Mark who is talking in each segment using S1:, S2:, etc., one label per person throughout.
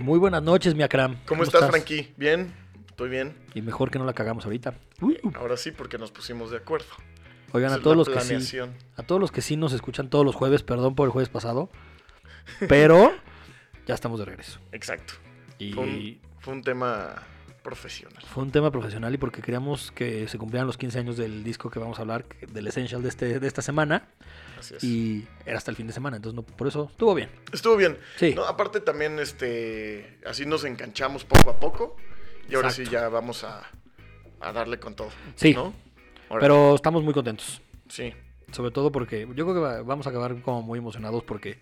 S1: Muy buenas noches, mi Akram.
S2: ¿Cómo, estás, Frankie? ¿Bien? Estoy bien.
S1: Y mejor que no la cagamos ahorita.
S2: Ahora sí, porque nos pusimos de acuerdo.
S1: Oigan, a
S2: Esa Uh, es
S1: todos
S2: la
S1: los que sí.
S2: planeación.
S1: A todos los que sí nos escuchan todos los jueves, perdón por el jueves pasado. Pero ya estamos de regreso.
S2: Exacto.
S1: Y
S2: Fue, un, fue un tema profesional.
S1: fue un tema profesional y porque queríamos que se cumplieran los 15 años del disco que vamos a hablar, que- del Essential de, este, de esta semana.
S2: Así es.
S1: Y era hasta el fin de semana, entonces no, por eso estuvo bien.
S2: Estuvo bien.
S1: Sí.
S2: No, aparte también, este, así nos enganchamos poco a poco. Y ahora
S1: Exacto.
S2: sí ya vamos a, a darle con todo.
S1: Sí.
S2: ¿no? Ahora,
S1: Pero estamos muy contentos.
S2: Sí.
S1: Sobre todo porque yo creo que va- vamos a acabar como muy emocionados porque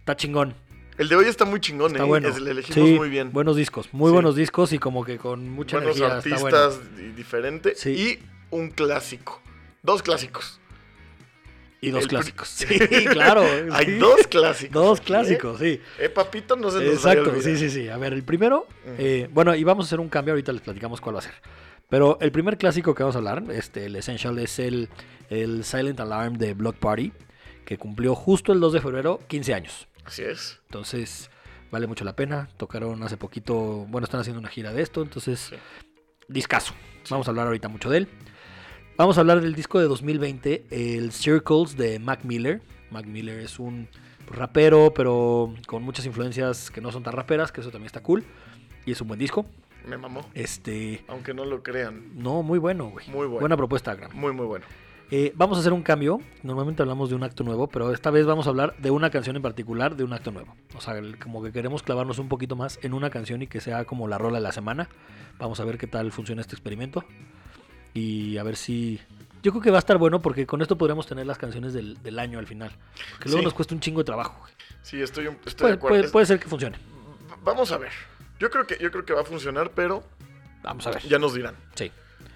S1: está chingón.
S2: El de hoy está muy chingón,
S1: Está
S2: ¿eh?
S1: bueno.
S2: Es- le elegimos
S1: Sí,
S2: muy bien.
S1: Buenos discos, muy
S2: Sí.
S1: buenos discos y como que con mucha
S2: Buenos
S1: energía. está bueno.
S2: artistas di- diferente.
S1: Sí.
S2: Y un clásico. Dos clásicos.
S1: Y dos
S2: el pr-
S1: clásicos. Sí, claro. sí.
S2: Hay dos clásicos.
S1: Dos
S2: ¿eh?
S1: clásicos, sí.
S2: Eh, papito, no se nos
S1: Exacto, sí, sí, sí. A ver, el primero,
S2: Ujú.
S1: eh, bueno, y vamos a hacer un cambio, ahorita les platicamos cuál va a ser. Pero el primer clásico que vamos a hablar, este, el Essential, es el, el Silent Alarm de Block Party, que cumplió justo el 2 de febrero 15 años.
S2: Así es.
S1: Entonces, vale mucho la pena. Tocaron hace poquito, bueno, están haciendo una gira de esto, entonces,
S2: Sí.
S1: discaso. Vamos a hablar ahorita mucho de él. Vamos a hablar del disco de 2020, el Circles de Mac Miller. Mac Miller es un rapero, pero con muchas influencias que no son tan raperas, que eso también está cool. Y es un buen disco.
S2: Me mamó.
S1: Este,
S2: Aunque no lo crean.
S1: no, muy bueno, güey.
S2: Muy bueno.
S1: Buena propuesta, Gram.
S2: Muy, muy bueno.
S1: Eh, vamos a hacer un cambio. Normalmente hablamos de un acto nuevo, pero esta vez vamos a hablar de una canción en particular, de un acto nuevo. O sea, el- como que queremos clavarnos un poquito más en una canción y que sea como la rola de la semana. Vamos a ver qué tal funciona este experimento. Y a ver si... Yo creo que va a estar bueno porque con esto podríamos tener las canciones del, del año al final. Que luego
S2: Sí.
S1: nos cuesta un chingo de trabajo. güey.
S2: Sí, estoy, un- estoy de
S1: Puede,
S2: acuerdo.
S1: puede- puede ser que funcione.
S2: Es- Vamos a ver. Yo creo, que, yo creo que va a funcionar, pero
S1: Vamos a ver.
S2: ya nos dirán.
S1: Sí.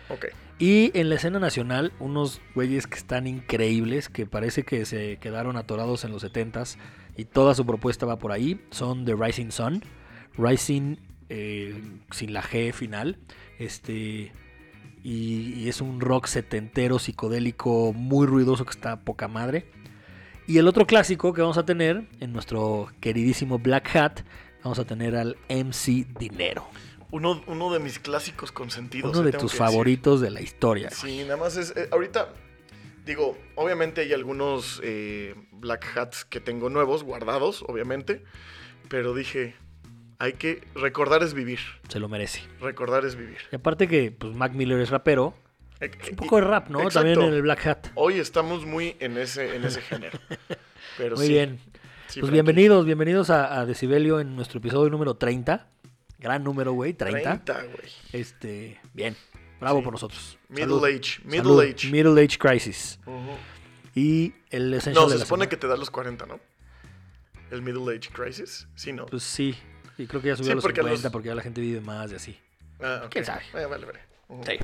S2: Ok.
S1: Y en la escena nacional, unos güeyes que están increíbles, que parece que se quedaron atorados en los 70s y toda su propuesta va por ahí, son The Rising Sun. Rising eh, sin la G final. Este. Y, y es un rock setentero, psicodélico, muy ruidoso que está poca madre. Y el otro clásico que vamos a tener en nuestro queridísimo Black Hat, vamos a tener al MC Dinero.
S2: Uno, uno de mis clásicos consentidos.
S1: Uno
S2: eh,
S1: de
S2: tengo
S1: tus
S2: que decir.
S1: favoritos de la historia.
S2: Sí, nada más es. eh, ahorita, digo, obviamente hay algunos eh, Black Hats que tengo nuevos, guardados, obviamente. Pero dije, hay que. Recordar es vivir.
S1: Se lo merece.
S2: Recordar es vivir.
S1: Y aparte que pues Mac Miller es rapero,
S2: Eh,
S1: es
S2: eh,
S1: un poco de rap, ¿no?
S2: exacto.
S1: También en el Black Hat.
S2: Hoy estamos muy en ese, en ese género. Pero
S1: Muy
S2: sí,
S1: bien.
S2: sí,
S1: pues
S2: Frankie.
S1: bienvenidos, bienvenidos a, a Decibelio en nuestro episodio número 30. Gran número, güey, 30.
S2: 30, güey.
S1: Este, bien. Bravo
S2: Sí.
S1: por nosotros.
S2: Middle
S1: Salud.
S2: age, middle
S1: Salud.
S2: age.
S1: Middle age crisis.
S2: Ujú.
S1: Y el Essential
S2: No,
S1: de
S2: se
S1: la
S2: supone
S1: semana.
S2: que te da los 40, ¿no? El Middle Age Crisis. Sí, ¿no?
S1: Pues sí. Y creo que ya subió
S2: Sí,
S1: a los
S2: porque
S1: 50
S2: los-
S1: porque ya la gente vive más y así.
S2: Ah, ok.
S1: quién sabe.
S2: Eh, vale, vale. Ujú.
S1: Sí.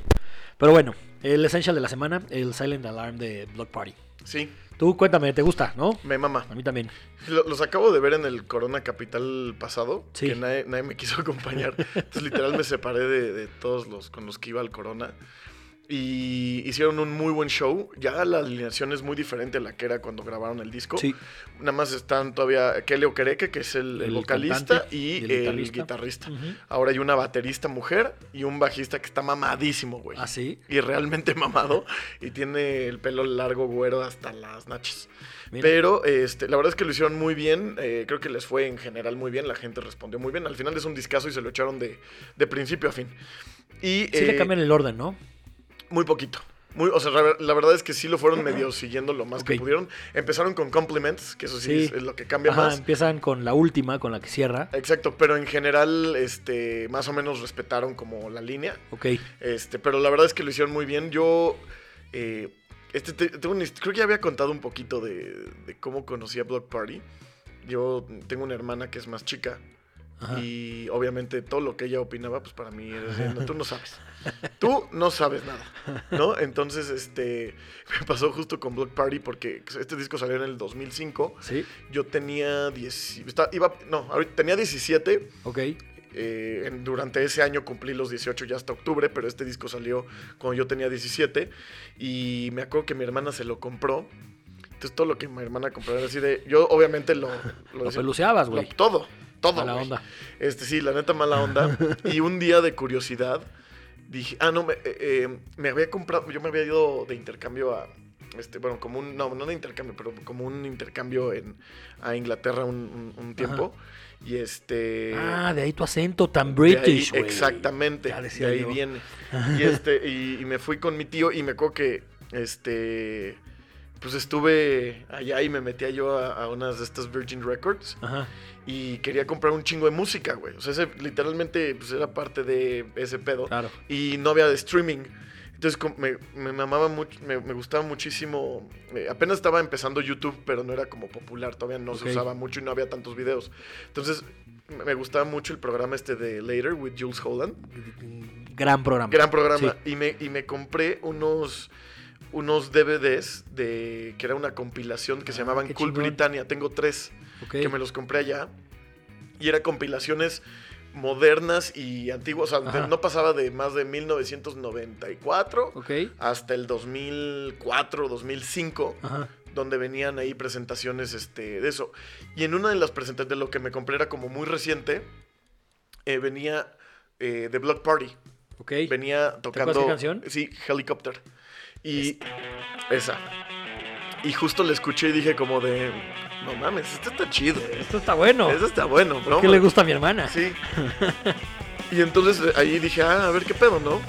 S1: Pero bueno, el Essential de la semana, el Silent Alarm de Block Party.
S2: Sí,
S1: Tú cuéntame, ¿te gusta, no?
S2: me mama.
S1: A mí también.
S2: Lo- Los acabo de ver en el Corona Capital pasado,
S1: Sí.
S2: que nadie, nadie me quiso acompañar. Entonces, literal, me separé de, de todos los con los que iba al Corona. Y hicieron un muy buen show. Ya la alineación es muy diferente a la que era cuando grabaron el disco.
S1: Sí.
S2: Nada más están todavía Kelly Okereke, que es el, el
S1: El
S2: vocalista,
S1: cantante y
S2: y,
S1: el
S2: el,
S1: guitarrista.
S2: guitarrista.
S1: Ujú.
S2: Ahora hay una baterista mujer y un bajista que está mamadísimo, güey.
S1: Así.
S2: Y realmente mamado. Y tiene el pelo largo, güero, hasta las nachas.
S1: Mira.
S2: Pero este, la verdad es que lo hicieron muy bien. eh, creo que les fue en general muy bien. La gente respondió muy bien. Al final es un discazo y se lo echaron de, de principio a fin. Y
S1: Sí le
S2: eh,
S1: cambian el orden, ¿no?
S2: muy poquito. Muy, o sea, la ver- la verdad es que sí lo fueron medio siguiendo lo más
S1: Ok.
S2: que pudieron. Empezaron con Compliments, que eso sí,
S1: Sí.
S2: Es, es lo que cambia
S1: Ajá,
S2: más.
S1: empiezan con la última, con la que cierra.
S2: Exacto, pero en general, este, más o menos respetaron como la línea.
S1: Ok.
S2: Este, pero la verdad es que lo hicieron muy bien. Yo. eh, este, te- tengo una hist- creo que ya había contado un poquito de, de cómo conocí a Block Party. Yo tengo una hermana que es más chica.
S1: Ajá.
S2: Y obviamente todo lo que ella opinaba, pues para mí era así, "No, tú no sabes. Tú no sabes nada, ¿no? Entonces, este, me pasó justo con Block Party porque este disco salió en el 2005.
S1: Sí,
S2: Yo tenía 10, está- iba, no, ahorita tenía 17
S1: ok.
S2: eh, en- durante ese año cumplí los 18 ya hasta octubre, pero este disco salió cuando yo tenía 17 y me acuerdo que mi hermana se lo compró. Entonces todo lo que mi hermana compró era así de... Yo obviamente lo...
S1: Lo peluceabas,
S2: lo-
S1: güey.
S2: todo. todo.
S1: Mala
S2: güey.
S1: onda.
S2: Este, sí, la neta mala onda. y un día de curiosidad dije, ah, no, me, eh, eh, me había comprado, yo me había ido de intercambio a, este, bueno, como un, no, no de intercambio, pero como un intercambio en, a Inglaterra un, un- un tiempo. Y este...
S1: Ah, de ahí tu acento tan
S2: de ahí-
S1: british, güey.
S2: Exactamente.
S1: Ya
S2: De
S1: decía
S2: ahí
S1: yo.
S2: viene. Y, este, y, y me fui con mi tío y me acuerdo que, este, pues estuve allá y me metía yo a, a unas de estas Virgin Records
S1: Ajá.
S2: y quería comprar un chingo de música, güey. O sea, ese literalmente pues, era parte de ese pedo.
S1: Claro.
S2: Y no había de streaming. Entonces com- me, me mamaba mucho, me, me gustaba muchísimo. eh, apenas estaba empezando YouTube, pero no era como popular, todavía no
S1: Ok.
S2: se usaba mucho y no había tantos videos. Entonces me me gustaba mucho el programa este de Later with Jules Holland.
S1: Gran programa.
S2: Gran programa. Y, me, y me compré unos, unos DVDs de que era una compilación que se
S1: Ah,
S2: llamaban
S1: qué
S2: Cool
S1: chingón.
S2: Britannia. Tengo tres
S1: Ok.
S2: que me los compré allá. Y era compilaciones modernas y antiguas. O sea, de-
S1: Ajá.
S2: no pasaba de más de 1994
S1: Ok.
S2: hasta el 2004, 2005
S1: Ajá.
S2: donde venían ahí presentaciones este, de eso. Y en una de las presentaciones de lo que me compré era como muy reciente, eh, venía eh, The Block Party.
S1: Ok.
S2: Venía tocando...
S1: esa canción?
S2: Sí, Helicopter. Y esa. Y justo la escuché y dije como de... No mames, esto está chido.
S1: Esto está bueno.
S2: Eso está bueno, ¿no?
S1: ¿Qué le gusta a mi hermana?
S2: Sí. y entonces eh, ahí dije, ah, a ver qué pedo, ¿no?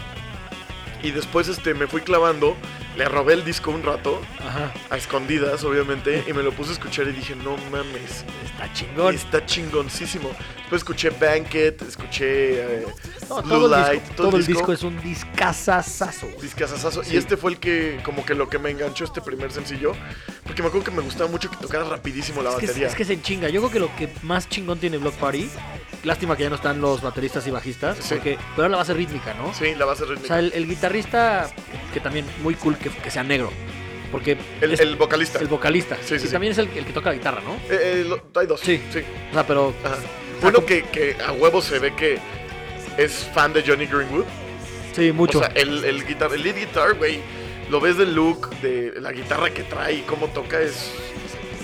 S2: Y después este, me fui clavando, le robé el disco un rato,
S1: Ajá.
S2: a escondidas, obviamente, y me lo puse a escuchar y dije, no mames,
S1: Está chingón.
S2: está chingoncísimo. Después escuché Banquet, escuché eh,
S1: No,
S2: Blue
S1: todo, el
S2: Light,
S1: disco, todo el disco es un discazazazo. güey.
S2: discazazazo.
S1: Sí.
S2: Y este fue el que, como que lo que me enganchó este primer sencillo, porque me acuerdo que me gustaba mucho que tocara rapidísimo la
S1: Es que,
S2: batería.
S1: es que se chinga. Yo creo que lo que más chingón tiene Block Party, lástima que ya no están los bateristas y bajistas,
S2: Sí.
S1: porque, pero la base rítmica, ¿no?
S2: Sí, la base
S1: O
S2: rítmica.
S1: sea, el, el guitarrista, que también muy cool que, que sea negro, porque
S2: el,
S1: es
S2: el vocalista.
S1: el vocalista.
S2: Sí, sí, sí.
S1: también es el, el que toca la guitarra, ¿no?
S2: Eh, eh, lo- hay dos.
S1: Sí. O sea, pero
S2: Ajá. Uno que, que a huevo se ve que es fan de Johnny Greenwood.
S1: sí, mucho.
S2: O sea, el, el, guitar- el lead guitar, güey, lo ves del look, de la guitarra que trae y cómo toca, es.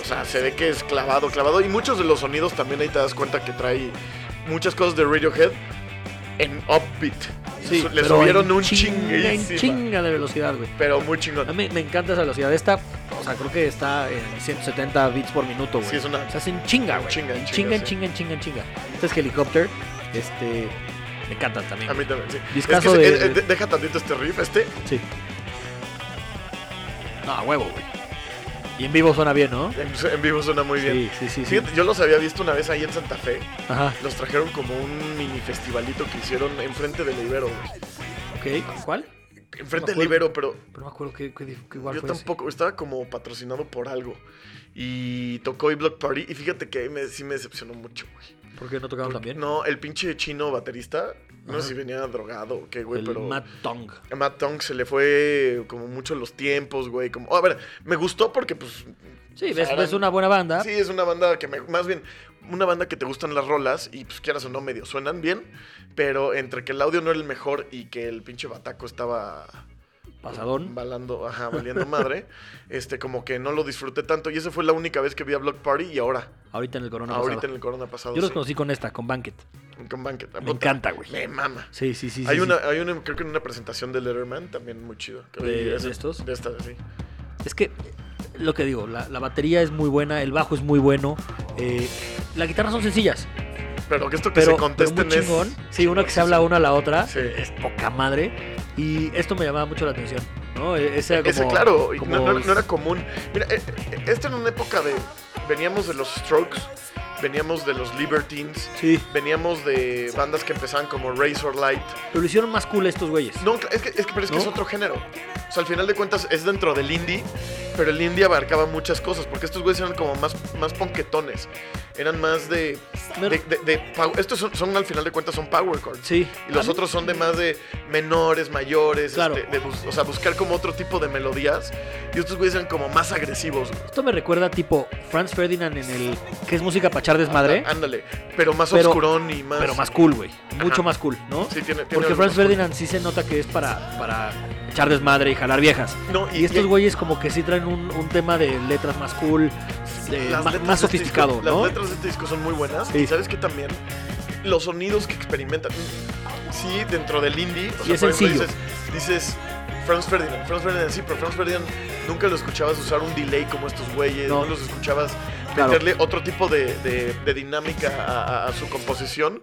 S2: O sea, se ve que es clavado, clavado. Y muchos de los sonidos también ahí te das cuenta que trae muchas cosas de Radiohead en upbeat.
S1: sí,
S2: Su- le
S1: pero
S2: subieron
S1: en Ah,
S2: un
S1: chinga, en
S2: chinguísima.
S1: chinga de velocidad, güey.
S2: Pero muy
S1: A
S2: chingón.
S1: mí me encanta esa velocidad. Esta, o sea, creo que está en 170 bits por minuto, güey.
S2: Sí, es una-
S1: O sea, es en chinga,
S2: en
S1: güey.
S2: chinga, en
S1: en chinga, en
S2: chinga, sí.
S1: chinga, en chinga, en chinga. Este es Helicopter. Este, me encanta también.
S2: A mí también, sí.
S1: Discazo
S2: se-
S1: de-
S2: eh, eh, de- deja tantito este riff, este.
S1: Sí. No, a huevo, güey. Y en vivo suena bien, ¿no?
S2: En, en vivo suena muy bien.
S1: Sí, sí, sí. sí.
S2: Fíjate, yo los había visto una vez ahí en Santa Fe.
S1: Ajá,
S2: Los trajeron como un mini festivalito que hicieron enfrente del Ibero, güey.
S1: ok. ¿Cuál?
S2: Enfrente
S1: No
S2: del
S1: me acuerdo.
S2: Ibero, pero
S1: Pero no me acuerdo qué, qué, di- qué igual
S2: Yo
S1: fue ese.
S2: tampoco, estaba como patrocinado por algo. Y tocó y Block Party. Y fíjate que ahí me, sí me decepcionó mucho, güey.
S1: ¿Por qué no tocaron
S2: Porque-
S1: también?
S2: No, el pinche chino baterista, no
S1: Ajá.
S2: sé si venía drogado o qué, güey,
S1: el
S2: pero.
S1: Matt Tong.
S2: a Matt Tong se le fue como mucho los tiempos, güey. Como, a ver, me gustó porque, pues.
S1: Sí,
S2: o sea,
S1: ves,
S2: eran-
S1: ves una buena banda.
S2: Sí, es una banda que me. Más bien, una banda que te gustan las rolas y, pues, quieras o no, medio suenan bien. Pero entre que el audio no era el mejor y que el pinche bataco estaba.
S1: Pasadón.
S2: Balando, ajá, valiendo madre. este, como que no lo disfruté tanto. Y esa fue la única vez que vi a Block Party y ahora.
S1: Ahorita en el corona
S2: ahorita
S1: pasado.
S2: en el corona pasado.
S1: Yo los
S2: sí,
S1: conocí con esta, con Banquet.
S2: Con Banquet.
S1: Me
S2: Puta,
S1: encanta, güey.
S2: Me mama.
S1: Sí, sí, sí. sí,
S2: hay,
S1: sí.
S2: una, hay una, creo que en una presentación de Letterman también muy chido. Que
S1: ¿De-
S2: vi
S1: de
S2: esa-
S1: estos?
S2: De estas, sí.
S1: Es que, eh, lo que digo, la, la batería es muy buena, el bajo es muy bueno. Eh, las guitarras son sencillas,
S2: Pero que esto que
S1: pero,
S2: se
S1: pero
S2: contesten
S1: muy chingón.
S2: es.
S1: Sí, una que se habla una a la otra.
S2: Sí.
S1: Es poca madre. Y esto me llamaba mucho la atención, ¿no? E- Ese, era como,
S2: Ese, claro, y
S1: como
S2: no, no- no era común. Mira, eh, eh, esto en una época de. Veníamos de los Strokes, veníamos de los Libertines,
S1: Sí,
S2: veníamos de bandas que empezaban como Razor Light.
S1: pero lo hicieron más cool estos güeyes.
S2: No, cl- es que, es que- pero es que
S1: ¿No?
S2: es otro género. O sea, al final de cuentas es dentro del indie, pero el indie abarcaba muchas cosas, porque estos güeyes eran como más, más ponquetones. Eran más de...
S1: Pero-
S2: de- de- de pow- estos son, son, al final de cuentas, son power chords.
S1: Sí.
S2: Y los
S1: A mí-
S2: otros son de más de menores, mayores,
S1: Claro.
S2: este, de bus- o sea, buscar como otro tipo de melodías. Y estos güeyes eran como más agresivos.
S1: Esto me recuerda tipo Franz Ferdinand en el... que es música para echar desmadre.
S2: Á- Ándale, pero más
S1: Pero-
S2: oscurón y más...
S1: Pero más cool, güey. Mucho
S2: Ah, Ajá.
S1: más cool, ¿no?
S2: Sí, tiene- tiene
S1: Porque
S2: algo
S1: Franz
S2: más cool.
S1: Ferdinand sí se nota que es para, para echar desmadre y jalar viejas.
S2: No,
S1: Y estos güeyes como que sí traen un, un tema de letras más cool, de-
S2: las
S1: más, eh, más
S2: letras de este disco-
S1: sofisticado, ¿no?
S2: Las letras de este disco son muy buenas.
S1: Sí.
S2: Y sabes que también los sonidos que experimentan. Sí, dentro del indie. O
S1: Y es
S2: por ejemplo,
S1: sencillo.
S2: Dices, dices Franz Ferdinand. Franz Ferdinand, sí, pero Franz Ferdinand nunca lo escuchabas usar un delay como estos güeyes.
S1: No.
S2: No, los escuchabas
S1: Claro.
S2: meterle otro tipo de, de- de dinámica a, a- a su composición.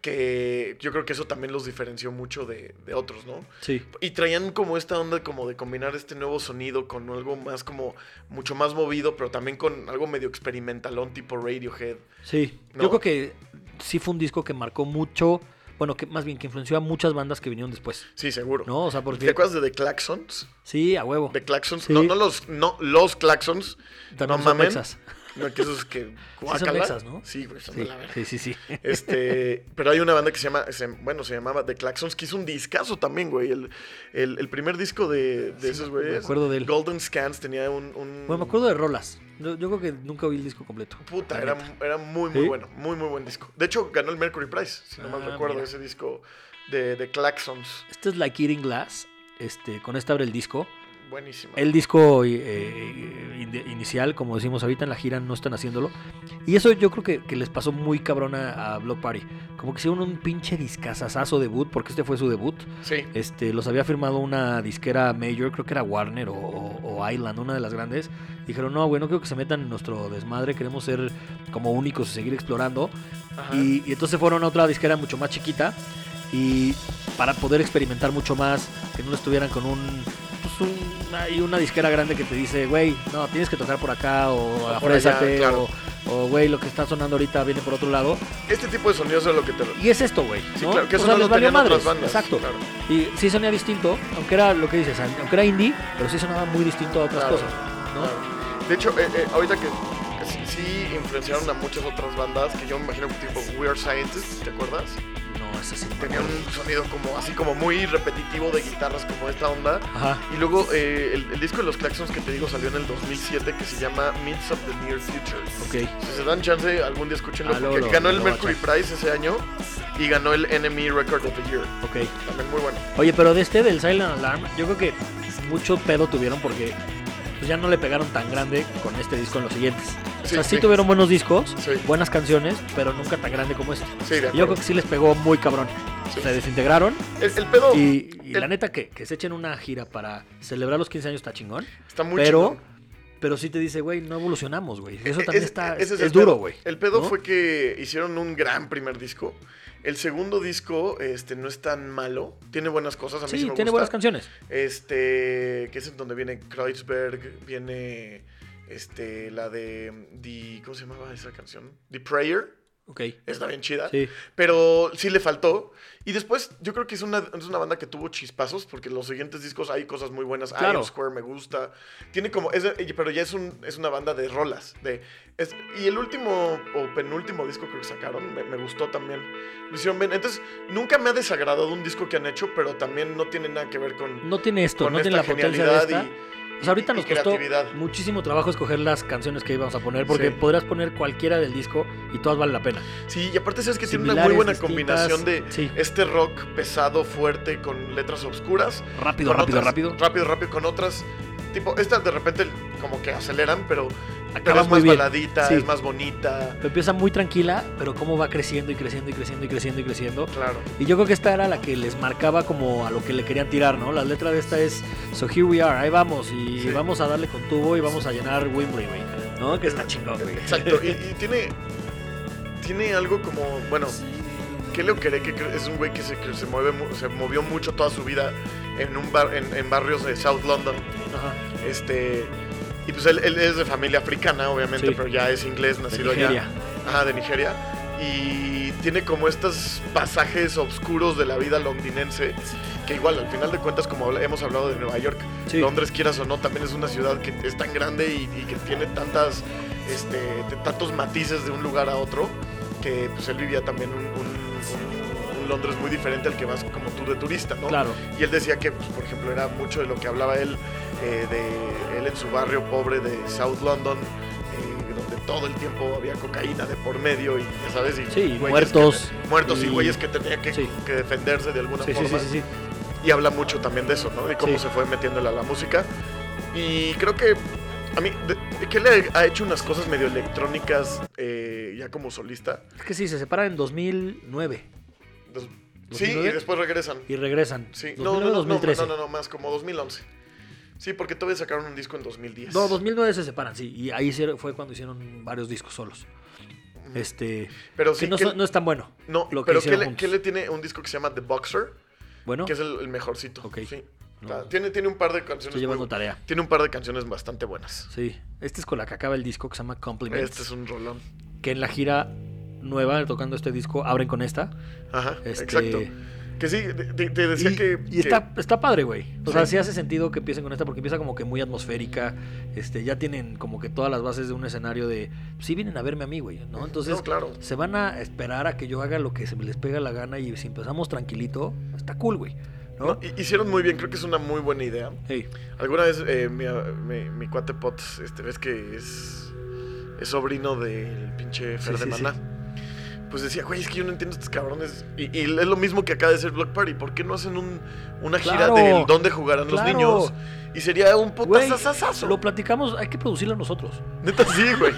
S2: Que yo creo que eso también los diferenció mucho de, de otros, ¿no?
S1: Sí.
S2: Y traían como esta onda como de combinar este nuevo sonido con algo más como mucho más movido, pero también con algo medio experimentalón tipo Radiohead.
S1: Sí,
S2: ¿No?
S1: yo creo que sí fue un disco que marcó mucho, bueno, que más bien que influenció a muchas bandas que vinieron después,
S2: Sí, seguro.
S1: ¿no? O sea,
S2: ¿Te
S1: porque
S2: acuerdas de The Claxons?
S1: sí, a huevo.
S2: The Claxons,
S1: Sí.
S2: no, no los, no, los Claxons.
S1: También
S2: no
S1: son
S2: mamen.
S1: mexas.
S2: No, que esos que guácala.
S1: mexas, ¿no?
S2: Sí, güey, son de
S1: Sí,
S2: la verga.
S1: sí, sí, sí.
S2: Este, pero hay una banda que se llama, se- bueno, se llamaba The Claxons, que hizo un discazo también, güey. El, el- el primer disco de, de esos güeyes.
S1: acuerdo de él.
S2: Golden Scans tenía un. un-
S1: Bueno, me acuerdo de rolas. Yo, yo creo que nunca oí el disco completo.
S2: Puta,
S1: La
S2: era,
S1: neta.
S2: era muy, muy
S1: ¿Sí?
S2: bueno. Muy, muy buen disco. De hecho, ganó el Mercury Prize, si no mal
S1: Ah,
S2: recuerdo,
S1: mira.
S2: ese disco de, de Claxons.
S1: Este es Like Eating Glass. Este, con esta abre el disco.
S2: Buenísimo.
S1: El disco eh, in- inicial, como decimos ahorita en la gira, no están haciéndolo. Y eso yo creo que, que les pasó muy cabrón a, a Block Party. Como que hicieron un pinche discazazazo debut, porque este fue su debut.
S2: Sí.
S1: Este, los había firmado una disquera major, creo que era Warner o, o- o Island, una de las grandes. Dijeron, no, güey, no creo que se metan en nuestro desmadre, queremos ser como únicos y seguir explorando.
S2: Ajá.
S1: Y, y entonces fueron a otra disquera mucho más chiquita y para poder experimentar mucho más, que no estuvieran con un... Pues un- hay una disquera grande que te dice, güey, no, tienes que tocar por acá o
S2: allá,
S1: afrésate
S2: claro.
S1: o, o, güey, lo que está sonando ahorita viene por otro lado.
S2: Este tipo de sonidos es lo que te...
S1: Y es esto, güey.
S2: Sí,
S1: ¿no?
S2: claro,
S1: O
S2: que eso
S1: sea,
S2: no
S1: les
S2: lo
S1: valió
S2: tenían
S1: madres.
S2: otras bandas.
S1: Exacto.
S2: claro.
S1: Y sí sonía distinto, aunque era lo que dices, aunque era indie, pero sí sonaba muy distinto a otras
S2: Claro,
S1: cosas. ¿no?
S2: claro. De hecho, eh, eh, ahorita que que sí- sí influenciaron a muchas otras bandas, que yo me imagino que tipo Weird Scientists, ¿te acuerdas?
S1: No, es así.
S2: Tenía un sonido como así como muy repetitivo de guitarras, como esta onda.
S1: Ajá.
S2: Y luego eh, el, el disco de los Claxons que te digo salió en el 2007 que se llama Meets of the Near Future.
S1: Ok.
S2: Si se dan chance, algún día escúchenlo.
S1: Ah, luego
S2: porque
S1: lo-
S2: ganó el
S1: lo voy a
S2: Mercury Prize ese año y ganó el Enemy Record of the Year.
S1: Ok.
S2: También muy bueno.
S1: Oye, pero de este del Silent Alarm, yo creo que mucho pedo tuvieron porque pues, ya no le pegaron tan grande con este disco en los siguientes. o sea,
S2: Sí,
S1: sí,
S2: sí.
S1: tuvieron buenos discos,
S2: Sí.
S1: buenas canciones, pero nunca tan grande como este.
S2: Sí, de
S1: Y Yo
S2: acuerdo.
S1: creo que sí les pegó muy cabrón.
S2: Sí.
S1: Se desintegraron
S2: El, el pedo
S1: y, y la
S2: el-
S1: neta que, que se echen una gira para celebrar los 15 años está chingón.
S2: está muy
S1: pero,
S2: chingón.
S1: pero sí te dice, güey, no evolucionamos, güey. Eso
S2: E-
S1: también
S2: es-
S1: está. Es,
S2: ese el
S1: es duro,
S2: pedo.
S1: güey.
S2: El pedo
S1: ¿no?
S2: fue que hicieron un gran primer disco. El segundo disco este, no es tan malo. Tiene buenas cosas. A mí
S1: Sí,
S2: sí me
S1: tiene
S2: gusta.
S1: buenas canciones.
S2: Este, que es en donde viene Kreuzberg, viene este, la de, The- ¿cómo se llamaba esa canción? The Prayer,
S1: Ok.
S2: está bien chida,
S1: Sí.
S2: pero sí le faltó. Y después yo creo que es una, es una banda que tuvo chispazos, porque en los siguientes discos hay cosas muy buenas.
S1: Claro.
S2: Iron Square me gusta, tiene como, es de- pero ya es, un, es una banda de rolas. De, es- y el último o penúltimo disco creo que sacaron me, me gustó también. Lo hicieron bien. Entonces, nunca me ha desagradado un disco que han hecho, pero también no tiene nada que ver con
S1: No tiene esto,
S2: con
S1: no tiene
S2: esta
S1: la potencia de esta.
S2: genialidad
S1: O sea, ahorita
S2: y
S1: nos costó
S2: creatividad.
S1: muchísimo trabajo escoger las canciones que íbamos a poner porque
S2: Sí.
S1: podrías poner cualquiera del disco y todas valen la pena.
S2: Sí, y aparte sabes que tiene una muy
S1: Similares,
S2: buena
S1: distintas,
S2: combinación de
S1: sí.
S2: este rock pesado, fuerte, con letras oscuras.
S1: Rápido,
S2: con
S1: rápido,
S2: otras-
S1: rápido.
S2: Rápido, rápido, con otras. Tipo, estas de repente como que aceleran, pero, pero
S1: Acaba
S2: es
S1: Ah, muy
S2: más
S1: bien.
S2: baladita,
S1: Sí.
S2: es más bonita.
S1: Empieza muy tranquila, pero cómo va creciendo y creciendo y creciendo y creciendo y creciendo.
S2: Claro.
S1: Y yo creo que esta era la que les marcaba como a lo que le querían tirar, ¿no? La letra de esta es So here we are, ahí vamos, y
S2: Sí.
S1: vamos a darle con tubo y vamos a llenar Wembley, güey. ¿No? Que está chingón, güey.
S2: Exacto. Y, y tiene. Tiene algo como. Bueno. ¿Qué le cree que cre- es un güey que se, que se mueve mu- se movió mucho toda su vida en un bar en- en barrios de South London?
S1: Ajá.
S2: Este. Y pues él, él es de familia africana, obviamente,
S1: Sí.
S2: pero ya es inglés, nacido
S1: Nigeria.
S2: allá. Ajá, de Nigeria. Y tiene como estos pasajes oscuros de la vida londinense, que igual, al final de cuentas, como habla- hemos hablado de Nueva York,
S1: Sí.
S2: Londres, quieras o no, también es una ciudad que es tan grande y, y que tiene tantas, este, de tantos matices de un lugar a otro, que pues él vivía también un, un- un- un Londres muy diferente al que vas como tú de turista, ¿no?
S1: Claro.
S2: Y él decía que, pues, por ejemplo, era mucho de lo que hablaba él, eh, de él en su barrio pobre de South London, eh, donde todo el tiempo había cocaína de por medio y ya sabes, y
S1: Sí,
S2: güeyes
S1: muertos
S2: que- muertos y,
S1: y-
S2: güeyes que tenía que,
S1: Sí.
S2: que defenderse de alguna
S1: Sí, sí,
S2: forma.
S1: sí, sí, sí.
S2: Y habla mucho también de eso, ¿no? De cómo
S1: Sí.
S2: se fue metiéndole a la música. Y creo que a mí, de- que le ha hecho unas cosas medio electrónicas eh, ya como solista.
S1: Es que sí, se separan en 2009
S2: Dos- Sí, y
S1: 2009.
S2: después regresan.
S1: y regresan.
S2: Sí, no,
S1: 2009,
S2: no, no, no,
S1: 2013.
S2: no, no, no, más como 2011. Sí, porque todavía sacaron un disco en 2010.
S1: No, 2009 se separan, sí. Y ahí se- fue cuando hicieron varios discos solos. Este.
S2: Pero
S1: que
S2: sí,
S1: no,
S2: que-
S1: son- no es tan bueno.
S2: no,
S1: lo que
S2: pero ¿qué
S1: hicieron
S2: le,
S1: juntos.
S2: qué le tiene un disco que se llama The Boxer?
S1: Bueno,
S2: Que es el, el mejorcito.
S1: Ok.
S2: Sí.
S1: No.
S2: Está- Tiene, tiene un par de canciones.
S1: estoy
S2: muy
S1: llevando
S2: bu-
S1: tarea.
S2: tiene un par de canciones bastante buenas.
S1: Sí. Este es con la que acaba el disco que se llama Compliments.
S2: Este es un rolón.
S1: Que en la gira nueva, tocando este disco, abren con esta.
S2: Ajá,
S1: Este-
S2: exacto. Que sí, te- te, te decía
S1: y,
S2: que.
S1: y
S2: que-
S1: está, está padre, güey. O
S2: Sí.
S1: sea, sí hace sentido que empiecen con esta porque empieza como que muy atmosférica. Este, ya tienen como que todas las bases de un escenario de. pues, Sí, vienen a verme a mí, güey, ¿no? Entonces,
S2: No, claro.
S1: se van a esperar a que yo haga lo que se les pega la gana y si empezamos tranquilito, está cool, güey. ¿No?
S2: No, hi- Hicieron muy bien, creo que es una muy buena idea.
S1: Hey,
S2: Alguna vez eh, mi, mi- mi cuate Potts, este, ves que es, es sobrino del pinche Fer
S1: Sí,
S2: de
S1: sí, sí.
S2: Maná. Pues decía, güey, es que yo no entiendo estos cabrones. Y, y es lo mismo que acaba de ser Block Party. ¿Por qué no hacen un, una gira
S1: Claro.
S2: del dónde jugarán
S1: Claro.
S2: los niños? Y sería un
S1: Güey,
S2: putazazazazo.
S1: lo platicamos, hay que producirlo nosotros.
S2: Neta sí, güey.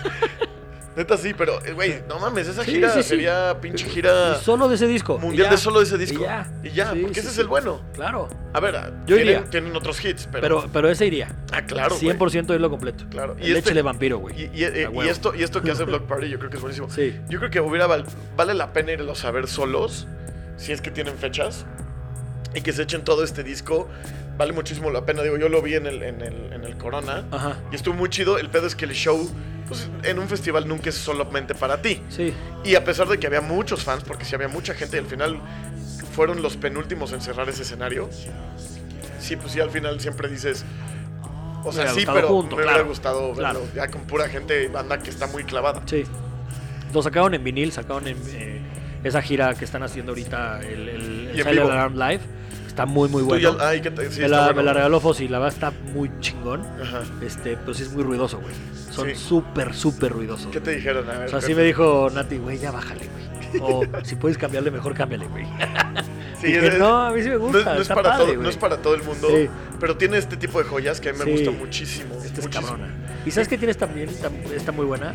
S2: Neta sí, pero, eh, güey, no mames, esa
S1: Sí,
S2: gira
S1: sí, sí.
S2: sería pinche gira
S1: Y solo de ese disco.
S2: Ah, mundial
S1: y ya.
S2: de solo ese disco.
S1: Y ya. Sí,
S2: porque
S1: sí,
S2: ese es
S1: sí.
S2: el bueno.
S1: Claro.
S2: A ver, ah,
S1: Yo
S2: tienen,
S1: iría.
S2: tienen otros hits, pero.
S1: Pero, pero ese iría.
S2: ah, claro, güey.
S1: 100% es lo completo.
S2: Claro. este
S1: Y el échele vampiro, güey.
S2: Y, eh, y-
S1: A
S2: y
S1: huevo.
S2: esto, y esto que hace Block Party yo creo que es buenísimo.
S1: Sí.
S2: Yo creo que hubiera val- vale la pena irlos a ver solos, si es que tienen fechas, y que se echen todo este disco. Vale muchísimo la pena. Digo, yo lo vi en el, en el, en el Corona
S1: Ajá.
S2: y estuvo muy chido. El pedo es que el show pues, en un festival nunca es solamente para ti.
S1: Sí.
S2: Y a pesar de que había muchos fans, porque sí había mucha gente, y al final fueron los penúltimos en cerrar ese escenario. Sí, pues sí, al final siempre dices. O sea,
S1: Me hubiera
S2: sí,
S1: gustado
S2: pero
S1: junto,
S2: me hubiera
S1: claro,
S2: gustado verlo
S1: claro.
S2: ya con pura gente, banda que está muy clavada.
S1: Sí. Lo sacaron en vinil, sacaron en eh, esa gira que están haciendo ahorita, el, el, el
S2: Y en
S1: Silent
S2: vivo.
S1: Alarm Live. Está muy, muy
S2: Tú
S1: bueno.
S2: ya- ay, ¿qué te- sí,
S1: me,
S2: está
S1: la,
S2: bueno.
S1: me la regaló Fossi, la verdad está muy chingón.
S2: Ajá.
S1: Este, pero sí es muy ruidoso, güey.
S2: Sí.
S1: Son súper, súper ruidosos.
S2: ¿Qué te dijeron? A ver,
S1: O sea, sí
S2: Pepe.
S1: me dijo Nati, güey, ya bájale, güey. O si puedes cambiarle, mejor cámbiale, güey.
S2: Sí,
S1: Dije,
S2: es-
S1: no, a mí sí me
S2: no es-
S1: gusta.
S2: no es
S1: está
S2: para
S1: padre,
S2: todo,
S1: güey".
S2: no es para todo el mundo,
S1: Sí.
S2: pero tiene este tipo de joyas que a mí me
S1: Sí.
S2: gusta muchísimo.
S1: Esta es
S2: muchísimo.
S1: cabrona. ¿Y sabes qué tienes también? Tam- Está muy buena.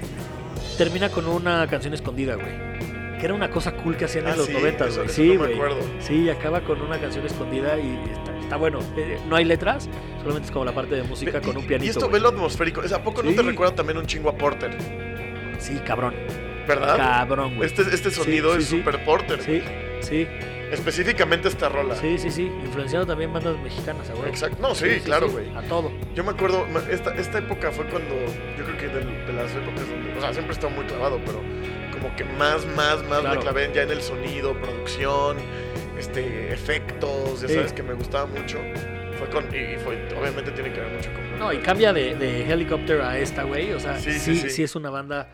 S1: Termina con una canción escondida, güey. Que era una cosa cool que hacían
S2: Ah,
S1: en ¿eh? los
S2: sí,
S1: noventas,
S2: eso-
S1: güey.
S2: eso
S1: Sí,
S2: no me
S1: güey.
S2: acuerdo.
S1: sí, y acaba con una canción escondida y está, está bueno. Eh, no hay letras, solamente es como la parte de música
S2: Ve-
S1: con
S2: y-
S1: un pianito.
S2: Y esto
S1: güey.
S2: ve lo atmosférico. Es, ¿A poco no
S1: Sí.
S2: te recuerda también un chingo a Porter?
S1: Sí, cabrón.
S2: ¿Verdad?
S1: Cabrón, güey.
S2: Este, este sonido
S1: sí,
S2: es
S1: sí.
S2: super Porter.
S1: Sí, sí,
S2: Específicamente esta rola.
S1: sí, sí, sí. Influenciado también bandas mexicanas, güey.
S2: Exacto. No, sí, claro, güey.
S1: A todo.
S2: Yo me acuerdo, ma- esta, esta época fue cuando, yo creo que del- de, las épocas donde, o sea, siempre he estado muy clavado, pero como que más, más, más me
S1: Claro.
S2: clavé ya en el sonido, producción, este, efectos, ya
S1: Sí.
S2: sabes que me gustaba mucho. Fue con, y fue, obviamente tiene que ver mucho con...
S1: No, y cambia de, de Helicopter a esta, güey. O sea,
S2: Sí,
S1: sí
S2: sí,
S1: sí,
S2: sí.
S1: es una banda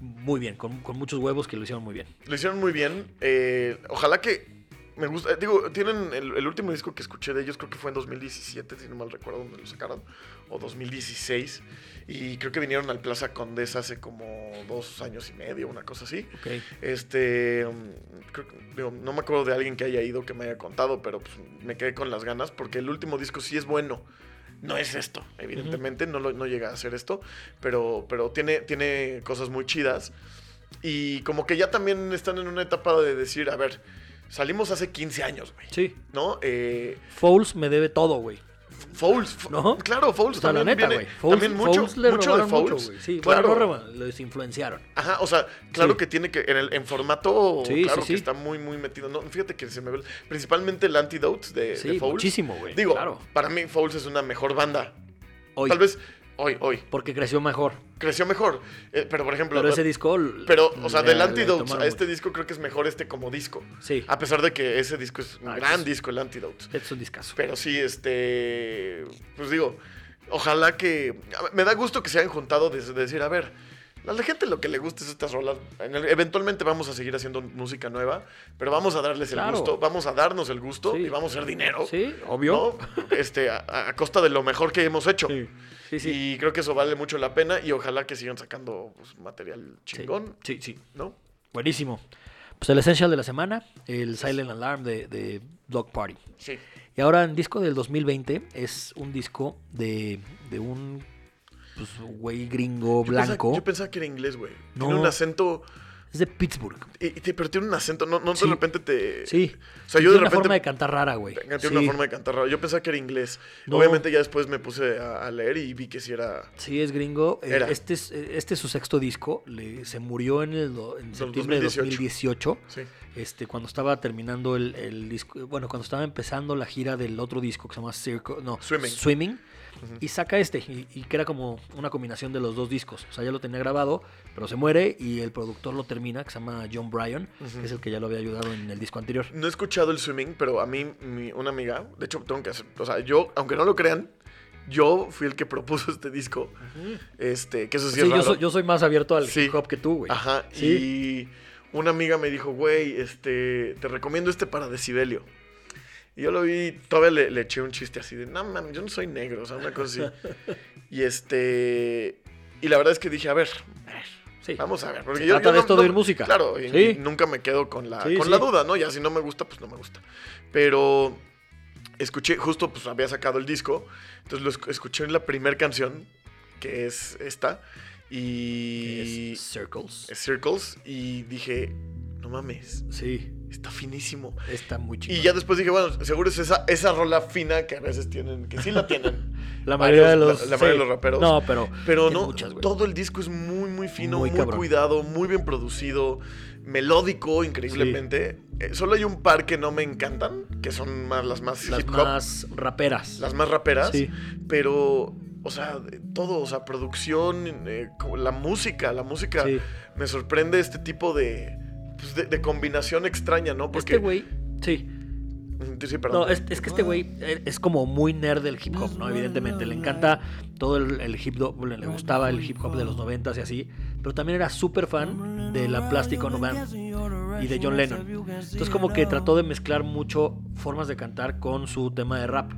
S1: muy bien, con, con muchos huevos que lo hicieron muy bien.
S2: Lo hicieron muy bien, eh, ojalá que... Me gusta, eh, digo, tienen el, el último disco que escuché de ellos, creo que fue en 2017, si no mal recuerdo, donde lo sacaron, o 2016, y creo que vinieron al Plaza Condesa hace como dos años y medio, una cosa así.
S1: Ok.
S2: Este, mm, creo que- digo, no me acuerdo de alguien que haya ido que me haya contado, pero pues, me quedé con las ganas porque el último disco sí es bueno. No es esto, evidentemente, no, lo- no llega a ser esto, pero, pero tiene, tiene cosas muy chidas. Y como que ya también están en una etapa de decir, a ver, salimos hace 15 años, güey.
S1: Sí.
S2: ¿No? Eh,
S1: Fouls me debe todo, güey.
S2: Fouls. F-
S1: ¿No?
S2: Claro, Fouls
S1: O sea, la
S2: también
S1: neta,
S2: viene-
S1: güey. Fouls,
S2: también mucho,
S1: Fouls le
S2: mucho de
S1: robaron
S2: Fouls.
S1: mucho, güey. Sí,
S2: claro.
S1: bueno, no robaron, les influenciaron.
S2: Ajá, o sea, claro
S1: Sí.
S2: que tiene que. En, el, en formato,
S1: Sí,
S2: claro
S1: sí,
S2: que
S1: sí.
S2: está muy, muy metido. No, fíjate que se me ve. Principalmente el Antidote de, de
S1: Sí,
S2: Fouls.
S1: muchísimo, güey.
S2: Digo,
S1: claro.
S2: para mí Fouls es una mejor banda.
S1: Hoy,
S2: Tal vez hoy, hoy.
S1: porque creció mejor.
S2: Creció mejor. Eh, pero, por ejemplo.
S1: Pero ese disco. l-
S2: pero, o sea,
S1: le-
S2: del
S1: le
S2: Antidote
S1: tomaron
S2: a este Ah,
S1: mucho.
S2: disco creo que es mejor este como disco.
S1: Sí.
S2: A pesar de que ese disco es un
S1: Ah,
S2: gran
S1: es-
S2: disco, el Antidote.
S1: Este es un discazo.
S2: Pero sí, este. Pues digo, ojalá que. a ver, Me da gusto que se hayan juntado desde decir, a ver, A la gente lo que le gusta es estas rolas. En el- eventualmente vamos a seguir haciendo música nueva, pero vamos a darles el
S1: Claro.
S2: gusto, vamos a darnos el gusto
S1: Sí.
S2: y vamos a hacer dinero.
S1: Sí, obvio.
S2: ¿no? Este, a, a costa de lo mejor que hemos hecho.
S1: Sí, sí, sí.
S2: Y creo que eso vale mucho la pena y ojalá que sigan sacando pues, material
S1: Sí,
S2: chingón,
S1: Sí, sí.
S2: ¿no?
S1: Buenísimo. Pues el Essential de la semana, el Silent Alarm de, de Dog Party.
S2: Sí.
S1: Y ahora en disco del 2020 es un disco de, de un pues, güey gringo
S2: Yo pensaba-
S1: blanco.
S2: yo pensaba que era inglés, güey.
S1: No.
S2: Tiene un acento.
S1: Es de Pittsburgh.
S2: y- y te- pero tiene un acento. No, no
S1: Sí.
S2: de repente te.
S1: Sí.
S2: O sea,
S1: Tiene
S2: yo de
S1: una
S2: repente.
S1: forma de cantar rara, güey.
S2: Tiene
S1: Sí.
S2: una forma de cantar raro. Yo pensaba que era inglés.
S1: No.
S2: Obviamente ya después me puse a, a leer y vi que sí era.
S1: Sí, es gringo. Eh,
S2: Era.
S1: Este, es, eh, este es su sexto disco. Le- se murió en, el, do- en
S2: Del
S1: septiembre
S2: 2018.
S1: de 2018.
S2: Sí.
S1: Este, cuando estaba terminando el, el disco, bueno, cuando estaba empezando la gira del otro disco que se llama Circo, no,
S2: Swimming.
S1: y saca este, y, y que era como una combinación de los dos discos. O sea, ya lo tenía grabado, pero se muere y el productor lo termina, que se llama John Bryan, que es el que ya lo había ayudado en el disco anterior.
S2: No he escuchado el swimming, pero a mí, mi- una amiga, de hecho, tengo que hacer. O sea, yo, aunque no lo crean, yo fui el que propuso este disco. Este, que eso sí,
S1: Sí,
S2: es
S1: yo
S2: raro.
S1: soy, yo soy más abierto al
S2: Sí.
S1: hip hop que tú, güey.
S2: Ajá.
S1: Sí.
S2: Y una amiga me dijo, güey, este, te recomiendo este para Decibelio. Y yo lo vi, todavía le, le eché un chiste así de, no mames, yo no soy negro, o sea, una cosa así. y este. Y la verdad es que dije, a ver, a ver,
S1: Sí.
S2: Vamos a ver. Porque
S1: Se
S2: yo,
S1: trata
S2: yo
S1: de
S2: no-
S1: esto
S2: no-
S1: de oír música.
S2: Claro, y,
S1: Sí.
S2: y nunca me quedo con la,
S1: Sí,
S2: con
S1: sí.
S2: la duda, ¿no? Ya si no me gusta, pues no me gusta. Pero escuché, justo pues había sacado el disco, entonces lo esc- escuché en la primera canción, que es esta, y...
S1: Es Circles.
S2: es Circles, y dije, no mames,
S1: Sí,
S2: está finísimo.
S1: está muy chido.
S2: Y ya después dije, bueno, seguro es esa, esa rola fina que a veces tienen, que sí la tienen.
S1: La mayoría de
S2: varios-
S1: los,
S2: la- la mayoría de
S1: sí.
S2: los raperos.
S1: No, pero.
S2: Pero
S1: tiene
S2: no,
S1: muchas, güey.
S2: todo el disco es muy, muy fino,
S1: Muy
S2: muy,
S1: cabrón.
S2: cuidado, muy bien producido, melódico, increíblemente. Eh, solo hay un par que no me encantan, que son más las más
S1: Las
S2: hip hop,
S1: más raperas.
S2: las más raperas.
S1: Sí.
S2: Pero, o sea, de- todo, o sea, producción, eh, como la música, la música.
S1: Sí.
S2: Me sorprende este tipo de, pues, de, de combinación extraña, ¿no? Porque.
S1: Este güey. Sí.
S2: Mm, Sí, perdón.
S1: No, es, es que este güey eh, es como muy nerd del hip hop, ¿no? Evidentemente, le encanta todo el, el hip hop, le le gustaba el hip hop de los noventas y así, pero también era súper fan de la Plastic Ono Band y de John Lennon. Entonces como que trató de mezclar mucho formas de cantar con su tema de rap.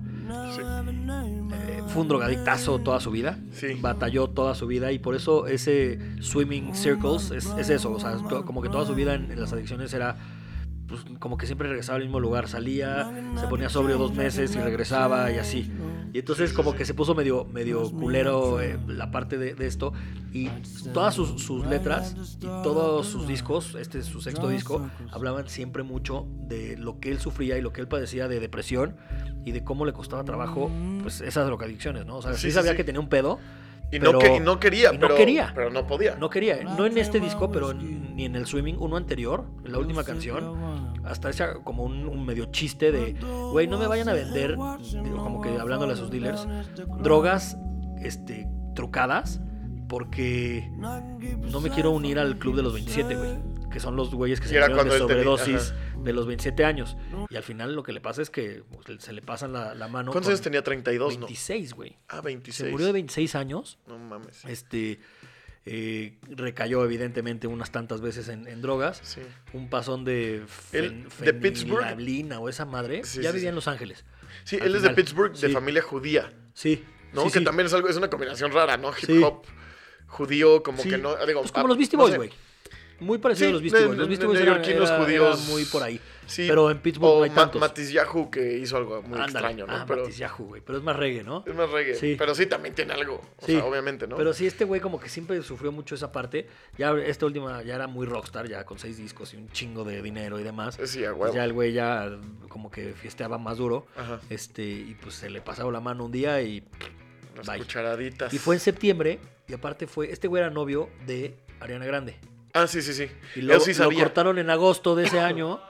S2: Sí.
S1: Eh, fue un drogadictazo toda su vida,
S2: Sí.
S1: batalló toda su vida y por eso ese Swimming Circles es, es eso, o sea, to- como que toda su vida en, en las adicciones era pues, como que siempre regresaba al mismo lugar, salía, se ponía sobrio dos meses y regresaba y así. Y entonces como que se puso medio, medio culero eh, la parte de, de esto y todas sus, sus letras y todos sus discos, este es su sexto disco, hablaban siempre mucho de lo que él sufría y lo que él padecía de depresión y de cómo le costaba trabajo pues esas drogadicciones, ¿no? O sea,
S2: Sí,
S1: sí,
S2: sí,
S1: sabía
S2: sí.
S1: que tenía un pedo.
S2: Y,
S1: pero
S2: no que- y no quería,
S1: y no
S2: pero,
S1: quería.
S2: pero no podía.
S1: no quería, no en este disco, pero en- ni en el Swimming, uno anterior, en la última canción, hasta esa como un, un medio chiste de, güey, no me vayan a vender, digo, como que hablándole a sus dealers, drogas este, trucadas, porque no me quiero unir al club de los 27, güey, que son los güeyes que
S2: Y
S1: se
S2: era
S1: murieron de
S2: cuando él tenía-
S1: sobredosis de los 27 años. Y al final lo que le pasa es que pues, se le pasan la, la mano.
S2: ¿Cuántos
S1: con
S2: años tenía? 32, ¿no?
S1: 26, güey.
S2: Ah, 26.
S1: Se murió de 26 años.
S2: No mames.
S1: Este eh, recayó evidentemente unas tantas veces en, en drogas.
S2: Sí.
S1: Un pasón de
S2: Él,
S1: fen-
S2: de Pittsburgh.
S1: fenilablina o esa madre.
S2: Sí,
S1: ya
S2: sí,
S1: vivía
S2: sí.
S1: en Los Ángeles.
S2: Sí,
S1: Al
S2: él es de
S1: final.
S2: Pittsburgh, de
S1: Sí.
S2: familia judía,
S1: Sí.
S2: ¿no?
S1: sí,
S2: que
S1: sí.
S2: también es algo, es una combinación rara, ¿no? Hip
S1: Sí.
S2: hop, judío, como
S1: Sí.
S2: que no. Digo,
S1: Pues como
S2: ah,
S1: los Beastie
S2: no
S1: Boys,
S2: sé.
S1: güey. Muy parecido
S2: Sí,
S1: a los Beastie
S2: ne-
S1: Boys. Los
S2: ne-
S1: Beastie Boys eran-
S2: neoyorquinos
S1: era- era
S2: judíos.
S1: muy por ahí.
S2: Sí.
S1: Pero en Pittsburgh no hay
S2: Ma-
S1: tantos.
S2: Matis Yahoo, que hizo algo muy
S1: Ándale.
S2: extraño, ¿no?
S1: Ah,
S2: pero
S1: Matis Yahoo, güey. Pero es más reggae, ¿no?
S2: es más reggae.
S1: Sí.
S2: Pero sí, también tiene algo. O
S1: Sí.
S2: sea, obviamente, ¿no?
S1: Pero sí, este güey como que siempre sufrió mucho esa parte. Ya esta última ya era muy rockstar, ya con seis discos y un chingo de dinero y demás.
S2: sí, a
S1: Pues
S2: huevo.
S1: ya el güey ya como que fiesteaba más duro.
S2: Ajá.
S1: Este, y pues se le pasaba la mano un día y.
S2: Las
S1: Bye.
S2: cucharaditas.
S1: Y fue en septiembre. Y aparte fue. Este güey era novio de Ariana Grande.
S2: Ah, sí, sí, sí.
S1: Y
S2: Él
S1: lo,
S2: sí
S1: lo
S2: sabía.
S1: cortaron en agosto de ese año.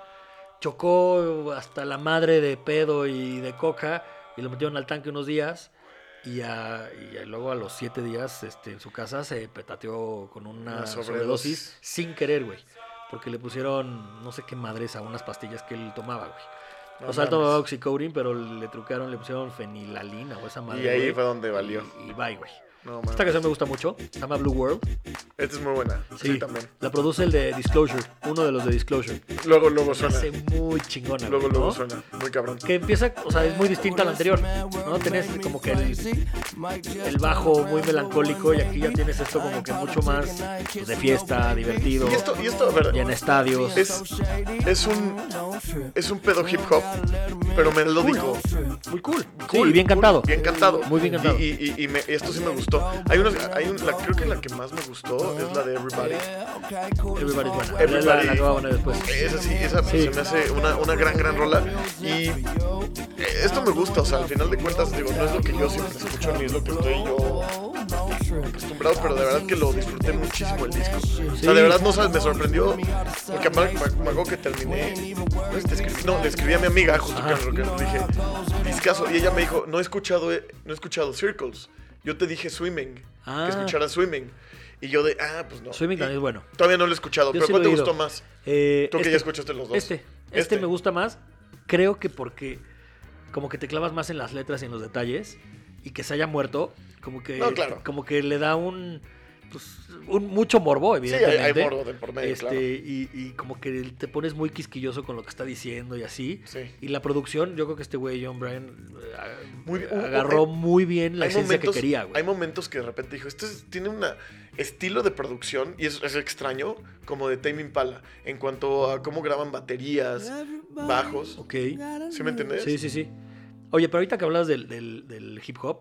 S1: Chocó hasta la madre de pedo y de coca. Y lo metieron al tanque unos días. Y, a- y a- luego a los siete días este, en su casa se petateó con una,
S2: Una
S1: sobredosis.
S2: sobredosis.
S1: sin querer, güey. Porque le pusieron no sé qué madres a unas pastillas que él tomaba, güey.
S2: No
S1: o sea, él
S2: mames.
S1: tomaba oxycodone, pero le trucaron, le pusieron fenilalina o esa madre.
S2: Y ahí
S1: güey.
S2: fue donde valió.
S1: Y, y bye, güey.
S2: No,
S1: Esta
S2: mames.
S1: canción me gusta mucho, se llama Blue World.
S2: Esta es muy buena. Sí. también.
S1: La produce el de Disclosure, uno de los de Disclosure.
S2: Luego, luego
S1: Se
S2: suena.
S1: hace muy chingona.
S2: Luego,
S1: güey, ¿no?
S2: luego suena. Muy cabrón.
S1: Que empieza, o sea, es muy distinta a la anterior. ¿no? Tenés como que el, el bajo muy melancólico y aquí ya tienes esto como que mucho más pues, de fiesta, divertido.
S2: Y esto, y esto, a ver,
S1: Y en estadios.
S2: es, es un es un pedo hip hop, pero melódico.
S1: muy cool.
S2: Cool,
S1: sí, y bien
S2: cool,
S1: cantado.
S2: Bien cantado.
S1: Muy bien cantado.
S2: Y, y- y- y me- esto sí me gustó. Hay unos, hay un, la, creo que la que más me gustó es la de Everybody.
S1: Everybody's buena. Es
S2: Everybody.
S1: La, la que va a poner después.
S2: Esa sí, esa
S1: Sí.
S2: se me hace una, una gran, gran rola. Y eh, esto me gusta, o sea, al final de cuentas, digo, no es lo que yo siempre escucho ni es lo que estoy yo acostumbrado, pero de verdad que lo disfruté muchísimo el disco. O sea, de verdad no sabes, me sorprendió. Porque me, me- me acuerdo que terminé. No, es que escribí- no, le escribí a mi amiga, justo que lo que le dije, discaso. Y ella me dijo, no he escuchado, eh, no he escuchado Circles. Yo te dije Swimming,
S1: Ah.
S2: que escuchara Swimming. Y yo de, ah, pues no.
S1: Swimming
S2: Y
S1: también es bueno.
S2: Todavía no lo he escuchado,
S1: Yo
S2: pero
S1: sí
S2: ¿cuál
S1: lo
S2: te
S1: he
S2: gustó
S1: oído.
S2: más?
S1: Eh,
S2: Tú que
S1: este-
S2: ya escuchaste los dos.
S1: Este, este, me gusta más. Creo que porque como que te clavas más en las letras y en los detalles y que se haya muerto, como que
S2: No, claro.
S1: como que le da un pues, un mucho morbo,
S2: Sí, hay,
S1: evidentemente.
S2: hay morbo de por medio,
S1: Este,
S2: claro.
S1: y, y como que te pones muy quisquilloso con lo que está diciendo y así.
S2: Sí.
S1: Y la producción, yo creo que este güey, John Bryan, eh,
S2: Muy bien.
S1: agarró
S2: Hay-
S1: muy bien la
S2: Hay
S1: esencia
S2: momentos,
S1: que quería, güey.
S2: hay momentos que de repente dijo, esto es- tiene un estilo de producción, y es, es extraño, como de Tame Impala, en cuanto a cómo graban baterías, bajos.
S1: Ok.
S2: ¿Sí me entendés?
S1: Sí, sí, sí. Oye, pero ahorita que hablas del, del- del hip hop,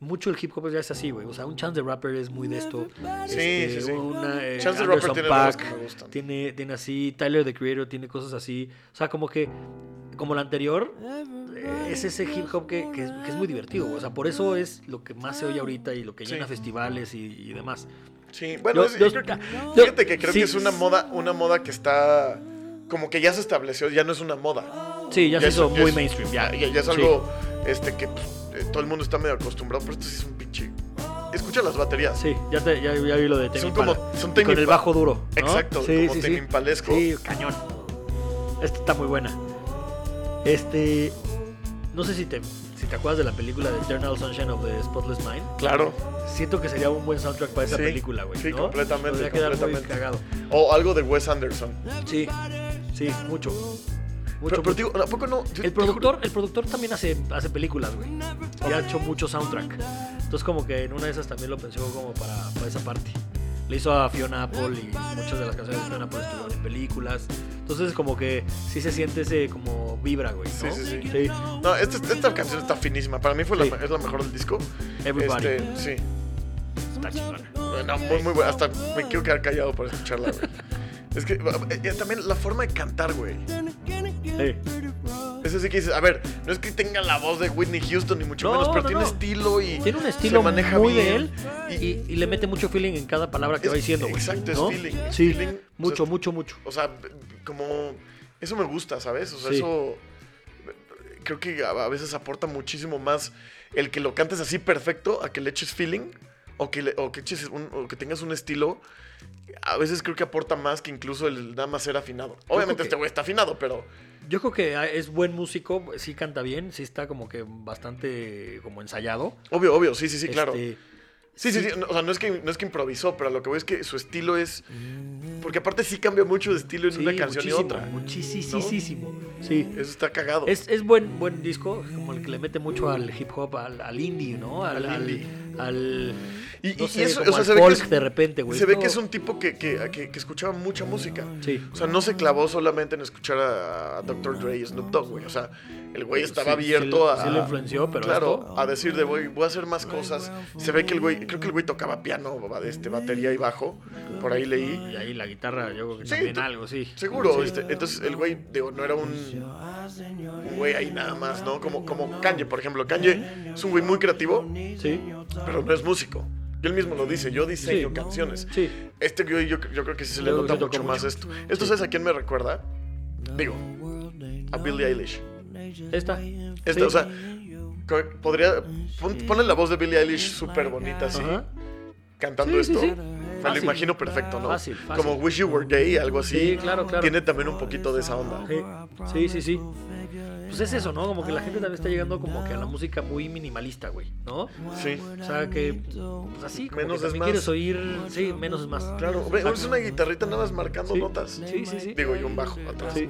S1: mucho el hip hop ya es así, güey. O sea, un Chance the Rapper es muy de esto.
S2: Sí, sí, sí.
S1: Una, eh,
S2: Chance the
S1: Anderson
S2: Rapper tiene
S1: Paak
S2: rolas que me gustan.
S1: tiene, tiene así, Tyler the Creator tiene cosas así. O sea, como que, como la anterior, eh, es ese hip hop que, que es, que es muy divertido. güey. O sea, por eso es lo que más se oye ahorita y lo que
S2: Sí.
S1: llena festivales y, y demás.
S2: Sí, bueno,
S1: Yo-
S2: es-
S1: yo-
S2: yo creo que-
S1: yo-
S2: fíjate que creo
S1: sí.
S2: que es una moda, una moda que está como que ya se estableció, ya no es una moda.
S1: Sí, ya, se
S2: es-
S1: hizo muy
S2: es-
S1: mainstream.
S2: Ya, ya- ya es
S1: Sí.
S2: algo este que pues, eh, todo el mundo está medio acostumbrado, pero esto sí es un pinche. Escucha las baterías.
S1: Sí, ya, te- ya, ya vi lo de Tame
S2: Son
S1: Impala.
S2: como- son
S1: Y
S2: Tame
S1: Con el
S2: Impala.
S1: bajo duro. ¿no?
S2: Exacto, como Tame Impalesco.
S1: Sí, cañón. Esta está muy buena. Este. No sé si te, si te acuerdas de la película de Eternal Sunshine of the Spotless Mind.
S2: Claro.
S1: Siento que sería un buen soundtrack para esa
S2: Sí,
S1: película, güey.
S2: sí,
S1: ¿no?
S2: completamente,
S1: Podría quedar
S2: completamente.
S1: muy cagado.
S2: O algo de Wes Anderson.
S1: Sí, sí, mucho. Mucho.
S2: Pero, pero digo, ¿a poco no? Yo-
S1: el
S2: te juro-
S1: productor, el productor también hace, hace películas, güey. Y ha hecho mucho soundtrack. Entonces como que en una de esas también lo pensó como para, para esa parte. Le hizo a Fiona Apple y muchas de las canciones de Fiona Apple estuvieron en películas. Entonces como que sí se siente ese como vibra, güey. ¿no?
S2: Sí, sí, sí.
S1: Sí,
S2: No, esta, esta canción está finísima. Para mí fue la
S1: Sí.
S2: me- es la mejor del disco.
S1: Everybody.
S2: Este, sí.
S1: Está chingona.
S2: No, muy, muy buena. Hasta me quiero quedar callado para escucharla, güey. Es que eh, eh, también la forma de cantar, güey.
S1: Sí.
S2: Es así que dices, a ver, no es que tenga la voz de Whitney Houston ni mucho
S1: No,
S2: menos, pero
S1: no,
S2: tiene
S1: no.
S2: estilo y
S1: Tiene un estilo
S2: se maneja
S1: muy de él
S2: bien.
S1: y,
S2: Y,
S1: y le mete mucho feeling en cada palabra que
S2: Es-
S1: va diciendo, güey.
S2: exacto, es
S1: ¿no?
S2: feeling, es
S1: Sí,
S2: feeling.
S1: mucho,
S2: O sea,
S1: mucho, mucho.
S2: o sea, como eso me gusta, ¿sabes? O sea,
S1: Sí.
S2: eso creo que a a veces aporta muchísimo más el que lo cantes así perfecto a que le eches feeling o que, le- o que, eches un- o que tengas un estilo. A veces creo que aporta más que incluso el nada más ser afinado. Obviamente
S1: que-
S2: este güey está afinado, pero...
S1: Yo creo que ah, es buen músico, sí canta bien, sí está como que bastante como ensayado.
S2: Obvio, obvio, sí, sí, sí, claro.
S1: Este,
S2: Sí, sí, sí. no, O sea, no es, que, no es que improvisó, pero a lo que voy es que su estilo es. Porque aparte sí cambia mucho de estilo en
S1: Mm. sí,
S2: una canción
S1: muchísimo,
S2: y otra.
S1: Muchísimo. Sí.
S2: Eso está cagado.
S1: Es, es buen, buen disco, como el que le mete mucho al hip hop, al, al indie, ¿no? Al,
S2: Al
S1: al-
S2: indie.
S1: al-
S2: Y-
S1: no
S2: y- y
S1: sé,
S2: eso-
S1: como
S2: o sea,
S1: al
S2: se ve que
S1: folk
S2: es-
S1: de repente, güey.
S2: Se ve
S1: No,
S2: que es un tipo que, que- que- que escuchaba mucha música.
S1: Sí.
S2: O sea, no se clavó solamente en escuchar a, a Dr. Dre y Snoop Dogg, güey. O sea, el güey estaba
S1: Sí, sí
S2: abierto
S1: lo-
S2: a.
S1: sí lo influenció, pero
S2: Claro,
S1: esto-
S2: a decir de, güey, voy a hacer más cosas. Se ve que el güey. Creo que el güey tocaba piano, este, batería y bajo. Por ahí leí.
S1: Y ahí la guitarra, yo creo que
S2: Sí,
S1: también
S2: tú-
S1: algo, sí.
S2: Seguro, este, entonces el güey, digo, no era un un güey ahí nada más, ¿no? Como, como Kanye, por ejemplo. Kanye es un güey muy creativo,
S1: Sí,
S2: pero no es músico. Y él mismo lo dice, yo diseño
S1: Sí.
S2: canciones.
S1: sí.
S2: Este güey yo, yo creo que sí se le
S1: Yo creo
S2: nota
S1: que toca
S2: mucho más
S1: mucho.
S2: esto. ¿Esto sabes a quién me recuerda? Digo, a Billie Eilish.
S1: Esta.
S2: Esta,
S1: Sí.
S2: o sea, co- podría... pon- ponle la voz de Billie Eilish súper bonita así,
S1: Ajá.
S2: cantando
S1: Sí, sí,
S2: esto.
S1: sí.
S2: me lo
S1: Fácil.
S2: imagino perfecto, ¿no?
S1: Fácil, fácil.
S2: Como Wish You Were Day, algo así.
S1: Sí, claro, claro.
S2: Tiene también un poquito de esa onda.
S1: Sí, sí, sí, sí. Pues es eso, ¿no? Como que la gente también está llegando como que a la música muy minimalista, güey, ¿no?
S2: Sí.
S1: O sea que, pues así, como
S2: Menos
S1: que
S2: es
S1: también
S2: más.
S1: quieres oír, sí, menos es más.
S2: Claro, ve, es una guitarrita nada más marcando
S1: Sí.
S2: notas.
S1: Sí, sí, sí.
S2: Digo, y un bajo atrás.
S1: Sí.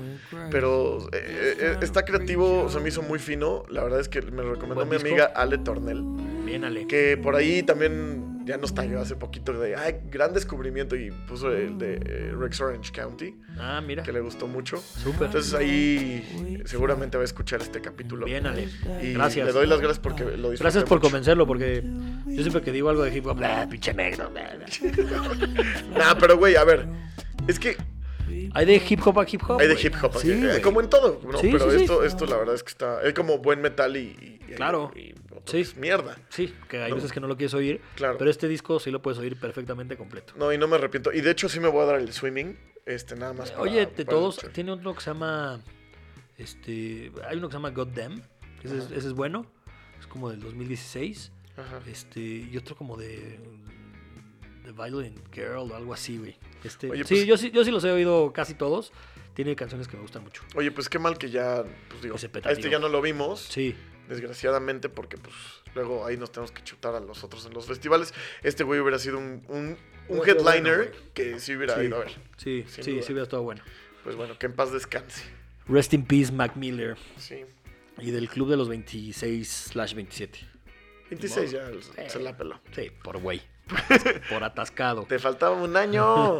S2: Pero eh, eh, está creativo, se me hizo muy fino. La verdad es que me lo recomendó
S1: Buen
S2: mi
S1: disco.
S2: amiga Ale Tornel.
S1: Bien, Ale.
S2: Que por ahí también ya nos tagueó hace poquito de, ay, gran descubrimiento y puso el de eh, Rex Orange County,
S1: Ah, mira.
S2: que le gustó mucho.
S1: Súper.
S2: Entonces ahí seguramente va a escuchar este capítulo.
S1: Bien, Ale.
S2: Y
S1: Gracias.
S2: le doy las gracias porque lo disfruté
S1: Gracias por
S2: mucho.
S1: convencerlo, porque yo siempre que digo algo de hip hop, "Bla, pinche negro, bla, bla".
S2: Nah, pero güey, a ver. Es que
S1: Hay de hip hop a hip hop.
S2: hay de
S1: güey.
S2: hip hop.
S1: Sí,
S2: eh,
S1: güey.
S2: como en todo. ¿no?
S1: Sí,
S2: pero
S1: sí, sí.
S2: esto, esto la verdad es que está. Es como buen metal y. y- y-
S1: Claro.
S2: y otro
S1: Sí.
S2: que es mierda.
S1: Sí, que hay
S2: No.
S1: veces que no lo quieres oír,
S2: Claro.
S1: pero este disco sí lo puedes oír perfectamente completo.
S2: No, y no me arrepiento. Y de hecho, sí me voy a dar el swimming. Este, nada más. para-
S1: Oye, de
S2: para
S1: todos,
S2: escuchar.
S1: tiene uno que se llama. Este. Hay uno que se llama Goddamn. Ese, es, ese es bueno. Es como del 2016.
S2: Ajá.
S1: Este. Y otro como de. The Violent Girl o algo así, güey. Este,
S2: Oye,
S1: sí,
S2: pues-
S1: yo sí, yo sí los he oído casi todos. Tiene canciones que me gustan mucho.
S2: Oye, pues qué mal que ya. Pues digo,
S1: Ese
S2: a este
S1: petardío.
S2: ya no lo vimos.
S1: Sí.
S2: Desgraciadamente, porque pues luego ahí nos tenemos que chutar a los otros en los festivales. Este güey hubiera sido un, un, un
S1: Hubiera sido
S2: headliner
S1: bueno, güey.
S2: que sí hubiera
S1: Sí.
S2: ido a ver.
S1: Sí,
S2: Sin
S1: sí,
S2: duda.
S1: sí, hubiera estado bueno.
S2: Pues bueno, que en paz descanse.
S1: Rest in Peace, Mac Miller.
S2: Sí.
S1: Y del club de los 26 slash 27.
S2: 26 ya
S1: Eh.
S2: se la peló.
S1: Sí, por güey. por atascado.
S2: Te faltaba un año.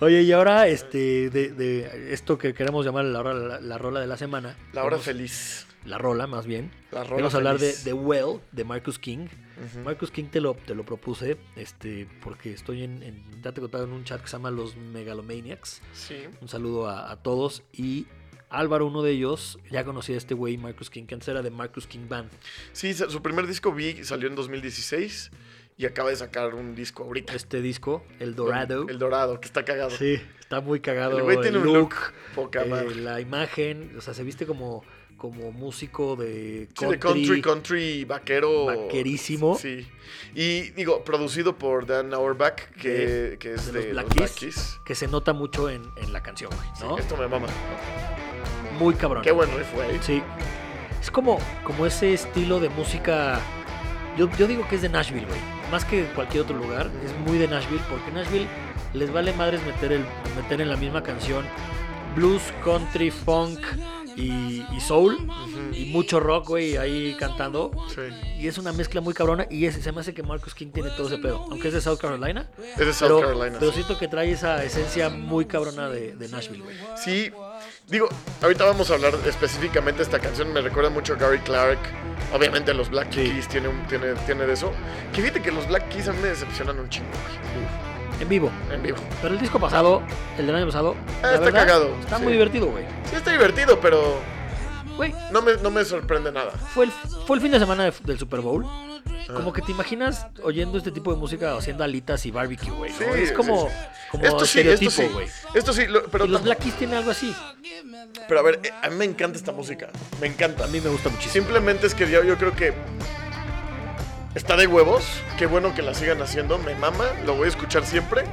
S1: Oye, y ahora, este, de, de esto que queremos llamar la, hora- la, la rola de la semana.
S2: La hora
S1: queremos-
S2: feliz.
S1: La rola, más bien.
S2: La rola
S1: Vamos a hablar de
S2: feliz.
S1: The Well, de Marcus King.
S2: Ujú.
S1: Marcus King te lo, te lo propuse, este, porque estoy en, en- ya te contaba en un chat que se llama Los Megalomaniacs.
S2: Sí.
S1: Un saludo a, a todos. Y Álvaro, uno de ellos, ya conocía a este güey, Marcus King, que antes era de Marcus King Band.
S2: Sí, sa- su primer disco vi salió en 2016 y acaba de sacar un disco ahorita.
S1: Este disco, El Dorado.
S2: El Dorado, que está cagado.
S1: Sí, está muy cagado.
S2: El güey tiene un look poca
S1: eh,
S2: madre.
S1: la imagen, o sea, se viste como, como músico de
S2: Sí, de country, country vaquero.
S1: Vaquerísimo.
S2: Sí. Y digo, producido por Dan Auerbach, que, que es
S1: de los
S2: de,
S1: Black
S2: los Black
S1: Keys.
S2: Keys.
S1: que se nota mucho en, en la canción, güey,
S2: Sí,
S1: ¿no?
S2: Esto me mama.
S1: Muy cabrón.
S2: Qué buen riff, güey.
S1: Sí. Es como, como ese estilo de música. Yo, yo digo que es de Nashville, güey. Más que cualquier otro lugar, es muy de Nashville, porque Nashville les vale madres meter, el, meter en la misma canción blues, country, funk y, y soul. Y mucho rock, güey, ahí cantando.
S2: Sí.
S1: Y es una mezcla muy cabrona. Y es- se me hace que Marcus King tiene todo ese pedo. Aunque es de South Carolina.
S2: Es de South
S1: pero,
S2: Carolina.
S1: pero
S2: sí.
S1: siento que trae esa esencia muy cabrona de, de Nashville, güey.
S2: Sí, digo, ahorita vamos a hablar específicamente de esta canción. Me recuerda mucho a Gary Clark. Obviamente los Black
S1: Sí.
S2: Keys tiene, un- tiene, tiene de eso. Que fíjate que los Black Keys a mí me decepcionan un chingo, güey.
S1: En vivo.
S2: En vivo.
S1: Pero el disco pasado, el del año pasado, la
S2: está
S1: verdad,
S2: cagado,
S1: Está
S2: sí.
S1: muy divertido, güey.
S2: Sí, está divertido, pero
S1: Güey,
S2: no me, no me sorprende nada.
S1: fue el, fue el fin de semana de- del Super Bowl.
S2: Ah.
S1: Como que te imaginas oyendo este tipo de música haciendo alitas y barbecue, güey. ¿no?
S2: Sí,
S1: es como,
S2: sí,
S1: como
S2: Esto sí, esto sí.
S1: estereotipo, güey.
S2: Esto sí, lo- pero,
S1: Y los
S2: tam-
S1: Black Keys tienen algo así.
S2: pero a ver, eh, a mí me encanta esta música. Me encanta.
S1: A mí me gusta muchísimo.
S2: Simplemente es que yo, yo creo que está de huevos. Qué bueno que la sigan haciendo. Me mama, lo voy a escuchar siempre.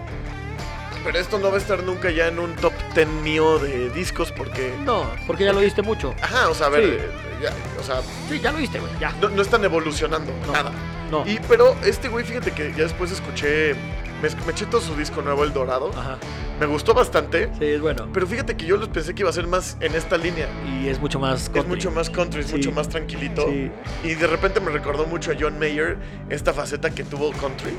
S2: Pero esto no va a estar nunca ya en un top 10 mío de discos porque.
S1: No, porque ya lo viste mucho.
S2: Ajá, o sea, a ver.
S1: Sí.
S2: eh, ya, o sea,
S1: Sí, ya lo viste, güey. Ya.
S2: no, no están evolucionando
S1: No,
S2: nada.
S1: no.
S2: Y, pero este güey, fíjate que ya después escuché. Me, esc- me eché todo su disco nuevo, El Dorado.
S1: Ajá.
S2: Me gustó bastante.
S1: Sí, es bueno.
S2: Pero fíjate que yo los pensé que iba a ser más en esta línea.
S1: Y es mucho más
S2: Es
S1: country.
S2: mucho más country, es
S1: Sí.
S2: mucho más tranquilito.
S1: Sí.
S2: Y de repente me recordó mucho a John Mayer esta faceta que tuvo el country.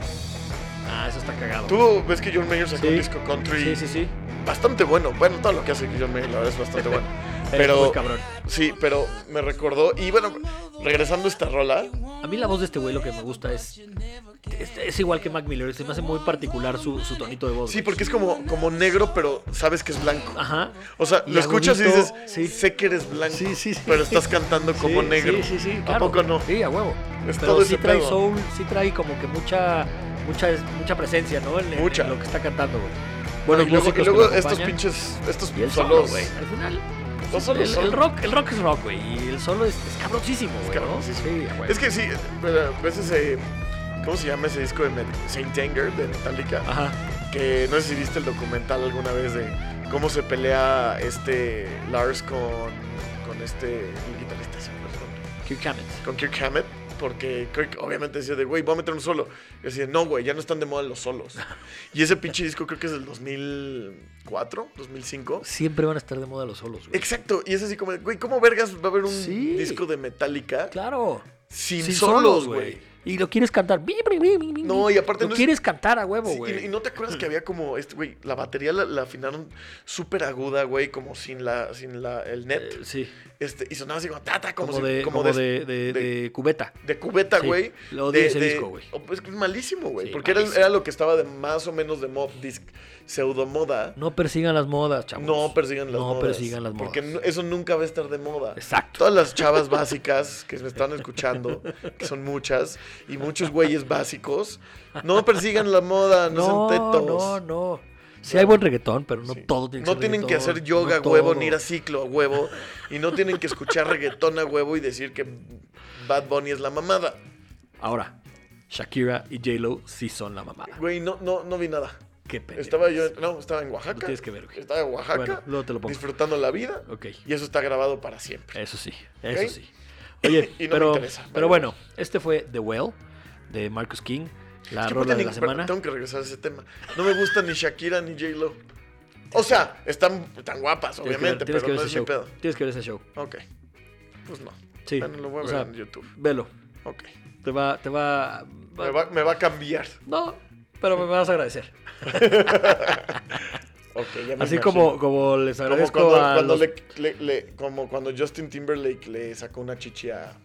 S1: Ah, eso está cagado.
S2: Tú ves que John Mayer sacó
S1: Sí.
S2: un disco country
S1: Sí, sí, sí.
S2: bastante bueno. Bueno, todo lo que hace John Mayer, la verdad, es bastante bueno.
S1: Eres muy
S2: Pero
S1: cabrón.
S2: sí, pero me recordó. Y bueno, regresando a esta rola,
S1: A mí la voz de este güey lo que me gusta es. Es, es igual que Mac Miller, se me hace muy particular su, su tonito de voz.
S2: sí,
S1: güey.
S2: porque es como, como negro, pero sabes que es blanco.
S1: Ajá.
S2: O sea,
S1: Y
S2: lo escuchas y dices,
S1: agudito, sí.
S2: sé que eres blanco,
S1: Sí, sí, sí.
S2: pero estás cantando como
S1: Sí,
S2: negro.
S1: Sí, sí, sí.
S2: ¿A
S1: claro.
S2: poco no?
S1: Sí, a huevo.
S2: Es
S1: Pero
S2: todo
S1: sí
S2: ese
S1: trae
S2: pedo.
S1: soul, sí trae como que mucha mucha, mucha presencia, ¿no? En, en-
S2: Mucha.
S1: en lo que está cantando, güey.
S2: Bueno,
S1: Buenos
S2: y luego,
S1: músicos
S2: y luego
S1: que lo
S2: estos
S1: acompañan.
S2: pinches, estos
S1: Y el solo,
S2: solos,
S1: güey. Al final. pues,
S2: Los solos
S1: el,
S2: son-
S1: el rock, el rock es rock, güey. Y el solo es, es cabrosísimo, güey. ¿no?
S2: cabrosísimo.
S1: Sí, a huevo.
S2: Es que sí, pero a veces eh, ¿Cómo se llama ese disco de Met- Saint Anger de Metallica?
S1: Ajá.
S2: Que no sé si viste el documental alguna vez de cómo se pelea este Lars con, con este el guitarrista, se me fue su nombre,
S1: Kirk Hammett.
S2: con Kirk Hammett. Porque Kirk obviamente decía de, güey, voy a meter un solo. Y decía, no, güey, ya no están de moda los solos. Y ese pinche disco creo que es del 2004, 2005.
S1: Siempre van a estar de moda los solos, güey.
S2: Exacto, y es así como, de, güey, ¿cómo vergas va a haber un
S1: Sí.
S2: disco de Metallica
S1: Claro.
S2: sin, solos, güey?
S1: Y lo quieres cantar.
S2: No, y aparte
S1: Lo
S2: no es-
S1: quieres cantar a huevo,
S2: Sí, y-
S1: güey.
S2: y, no te acuerdas que había como este, güey, la batería la, la afinaron súper aguda, güey, como sin la, sin la, el net.
S1: Eh, sí.
S2: Este, y sonaba así como tata, como,
S1: Como,
S2: si-
S1: de,
S2: como
S1: como de, de-
S2: de-
S1: de cubeta.
S2: de cubeta,
S1: Sí,
S2: güey.
S1: lo odié
S2: de-
S1: ese
S2: de-
S1: disco, güey.
S2: o- pues, que es malísimo, güey.
S1: Sí,
S2: porque era,
S1: malísimo.
S2: era lo que estaba de más o menos de mob disc, pseudomoda.
S1: No persigan las modas, chavos.
S2: No persigan las
S1: no
S2: modas.
S1: persigan las modas.
S2: Porque no- eso nunca va a estar de moda.
S1: Exacto.
S2: Todas las chavas básicas que me están escuchando, que son muchas, y muchos güeyes básicos, no persigan la moda,
S1: No,
S2: no, sean tetos.
S1: no, no. Sí
S2: No.
S1: hay buen reggaetón, pero no
S2: Sí.
S1: todo tiene que
S2: No
S1: ser
S2: tienen que
S1: reggaetón,
S2: hacer yoga a
S1: no
S2: huevo,
S1: todo.
S2: ni ir a ciclo a huevo, y no tienen que escuchar reggaetón a huevo y decir que Bad Bunny es la mamada.
S1: Ahora, Shakira y J-Lo sí son la mamada.
S2: Güey, no, no, no vi nada.
S1: Qué pendejo.
S2: Estaba yo, no, estaba en Oaxaca.
S1: Lo tienes que ver, güey.
S2: Estaba en Oaxaca,
S1: Bueno, luego te lo pongo.
S2: disfrutando la vida,
S1: Ok,
S2: y eso está grabado para siempre.
S1: eso sí, eso
S2: Ok.
S1: sí. Oye,
S2: Y no me
S1: pero,
S2: interesa, vale.
S1: pero bueno, este fue The Well de Marcus King, la
S2: Es que
S1: rola
S2: aparte
S1: de
S2: ni-
S1: la
S2: pero
S1: semana.
S2: Tengo que regresar a ese tema. No me gusta ni Shakira ni J-Lo. O sea, están tan guapas,
S1: Tienes que ver-
S2: obviamente,
S1: tienes que
S2: pero
S1: ver ese
S2: no es mi
S1: show.
S2: pedo.
S1: Tienes que ver ese show.
S2: Ok. Pues no.
S1: Sí.
S2: Bueno, lo voy a
S1: o
S2: ver
S1: sea,
S2: en YouTube.
S1: Velo.
S2: Ok.
S1: Te va, te va,
S2: Me va, me va a cambiar.
S1: No, pero me vas a agradecer.
S2: Ok, ya me
S1: Así
S2: imagino.
S1: como, como les
S2: Como
S1: agradezco
S2: cuando,
S1: a
S2: cuando
S1: los-
S2: le- le- le- como cuando Justin Timberlake le sacó una chichi a, a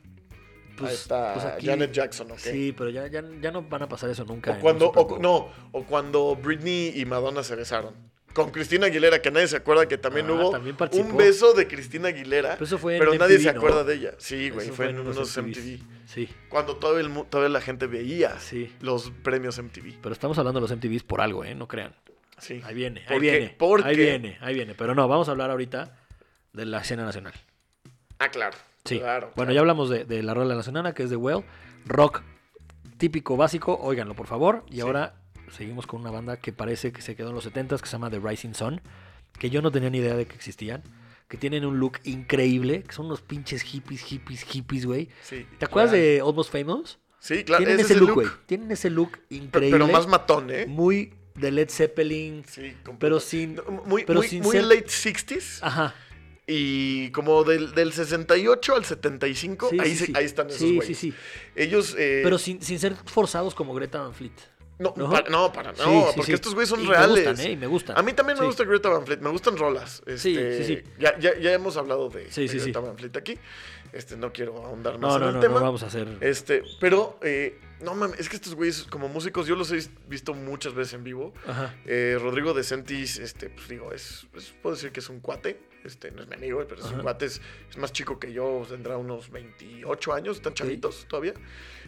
S1: pues-
S2: esta
S1: pues aquí-
S2: Janet Jackson, ¿ok?
S1: Sí, pero ya, ya, ya no van a pasar eso nunca. en
S2: O
S1: un
S2: cuando,
S1: Super
S2: o-
S1: Bowl.
S2: no, o cuando Britney y Madonna se besaron. Con Cristina Aguilera, que nadie se acuerda que también
S1: Ah,
S2: hubo
S1: también participó.
S2: un beso de Cristina Aguilera,
S1: Pero eso fue en
S2: pero nadie
S1: MTV,
S2: se
S1: ¿no?
S2: acuerda de ella. Sí,
S1: Eso
S2: güey, fue en
S1: unos
S2: unos MTV.
S1: MTVs. Sí,
S2: Cuando todo el, mu- todavía la gente veía
S1: Sí.
S2: los premios MTV.
S1: pero estamos hablando de los MTVs por algo, ¿eh? No crean.
S2: Sí.
S1: Ahí viene, ahí
S2: Porque-
S1: viene.
S2: porque-
S1: Ahí viene, ahí viene. Pero no, vamos a hablar ahorita de la escena nacional.
S2: Ah, claro.
S1: Sí.
S2: Claro.
S1: bueno,
S2: claro.
S1: ya hablamos de, de la rola nacional, que es de Well. Rock típico, básico. Óiganlo, por favor. Y
S2: Sí.
S1: ahora seguimos con una banda que parece que se quedó en los 70s, que se llama The Rising Sun, que yo no tenía ni idea de que existían. Que tienen un look increíble, que son unos pinches hippies, hippies, hippies, güey.
S2: Sí,
S1: ¿Te acuerdas
S2: claro.
S1: de Almost Famous?
S2: Sí, claro.
S1: Tienen
S2: ese
S1: ese
S2: es el
S1: look, güey. Tienen ese look
S2: Pero,
S1: increíble.
S2: pero más matón, ¿eh?
S1: Muy de Led Zeppelin,
S2: Sí, completo.
S1: pero sin...
S2: No, Muy,
S1: pero
S2: muy,
S1: sin
S2: muy
S1: ser- Ah.
S2: late 60s.
S1: Ajá.
S2: Y como del, del 68 al 75,
S1: Sí,
S2: ahí,
S1: sí,
S2: se-
S1: sí.
S2: ahí están esos
S1: Sí,
S2: güeyes.
S1: sí, sí.
S2: Ellos. eh,
S1: Pero sin, sin ser forzados como Greta Van Fleet.
S2: No,
S1: ¿no?
S2: para, no, para, Ah, no,
S1: Sí, sí,
S2: porque
S1: sí.
S2: estos güeyes son
S1: Y me
S2: reales.
S1: gustan, ¿eh? Y me gustan.
S2: A mí también me
S1: Sí.
S2: gusta Greta Van Fleet, me gustan rolas.
S1: Sí,
S2: este,
S1: sí, sí.
S2: Ya, ya, ya hemos hablado de,
S1: Sí,
S2: de
S1: sí, sí.
S2: Greta Van Fleet aquí. Este, no quiero ahondar más
S1: No,
S2: en
S1: no,
S2: el
S1: no,
S2: tema.
S1: no vamos a hacer...
S2: Este, pero, eh, no mames, es que estos güeyes, como músicos, yo los he visto muchas veces en vivo.
S1: Ajá.
S2: Eh, Rodrigo de Sentis, este, pues digo, es, es- puedo decir que es un cuate. Este, no es mi amigo, pero es un
S1: Ajá.
S2: cuate, es, es más chico que yo, tendrá unos 28 años, están chavitos todavía.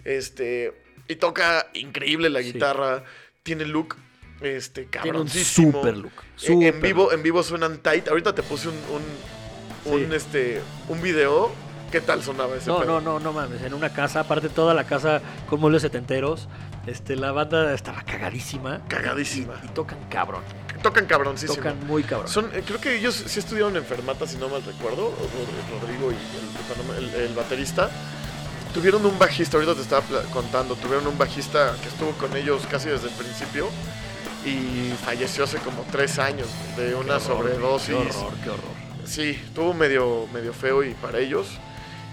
S2: Este, y toca increíble la
S1: Sí.
S2: guitarra, tiene look, este,
S1: Tiene un
S2: cabroncísimo.
S1: super look.
S2: Eh,
S1: super
S2: en vivo,
S1: look.
S2: en vivo suenan tight. Ahorita te puse un, un, un,
S1: Sí.
S2: este, un video. ¿Qué tal sonaba ese
S1: No,
S2: pedo?
S1: no, no, no mames. En una casa, aparte toda la casa con muebles setenteros. Este, la banda estaba cagadísima.
S2: Cagadísima.
S1: Y tocan cabrón.
S2: Tocan cabroncísimo.
S1: Tocan muy cabrón.
S2: Son, eh, creo que ellos sí estudiaron en Fermata, si no mal recuerdo, Rod- Rodrigo y el, el- el baterista. Tuvieron un bajista, ahorita te estaba pla- contando, tuvieron un bajista que estuvo con ellos casi desde el principio y falleció hace como tres años de una
S1: Qué horror,
S2: sobredosis.
S1: Qué horror, qué horror.
S2: Sí, estuvo medio, medio feo y para ellos.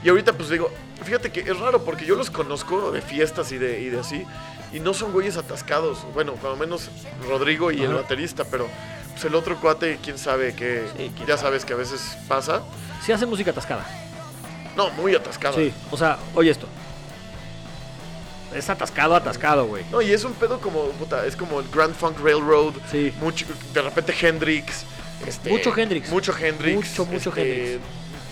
S2: Y ahorita pues digo, fíjate que es raro porque yo los conozco de fiestas y de, y de así, y no son güeyes atascados. Bueno, por lo menos Rodrigo y el
S1: Ajá.
S2: baterista, pero pues, el otro cuate, quién sabe que
S1: Sí, quién
S2: ya
S1: sabe.
S2: sabes que a veces pasa.
S1: Sí hacen música atascada.
S2: No, muy atascado.
S1: Sí. O sea, oye esto. Es atascado, atascado, güey.
S2: No, y es un pedo como, puta, es como el Grand Funk Railroad,
S1: Sí.
S2: mucho, de repente Hendrix. este,
S1: Mucho Hendrix.
S2: Mucho Hendrix. este,
S1: Mucho, mucho Hendrix.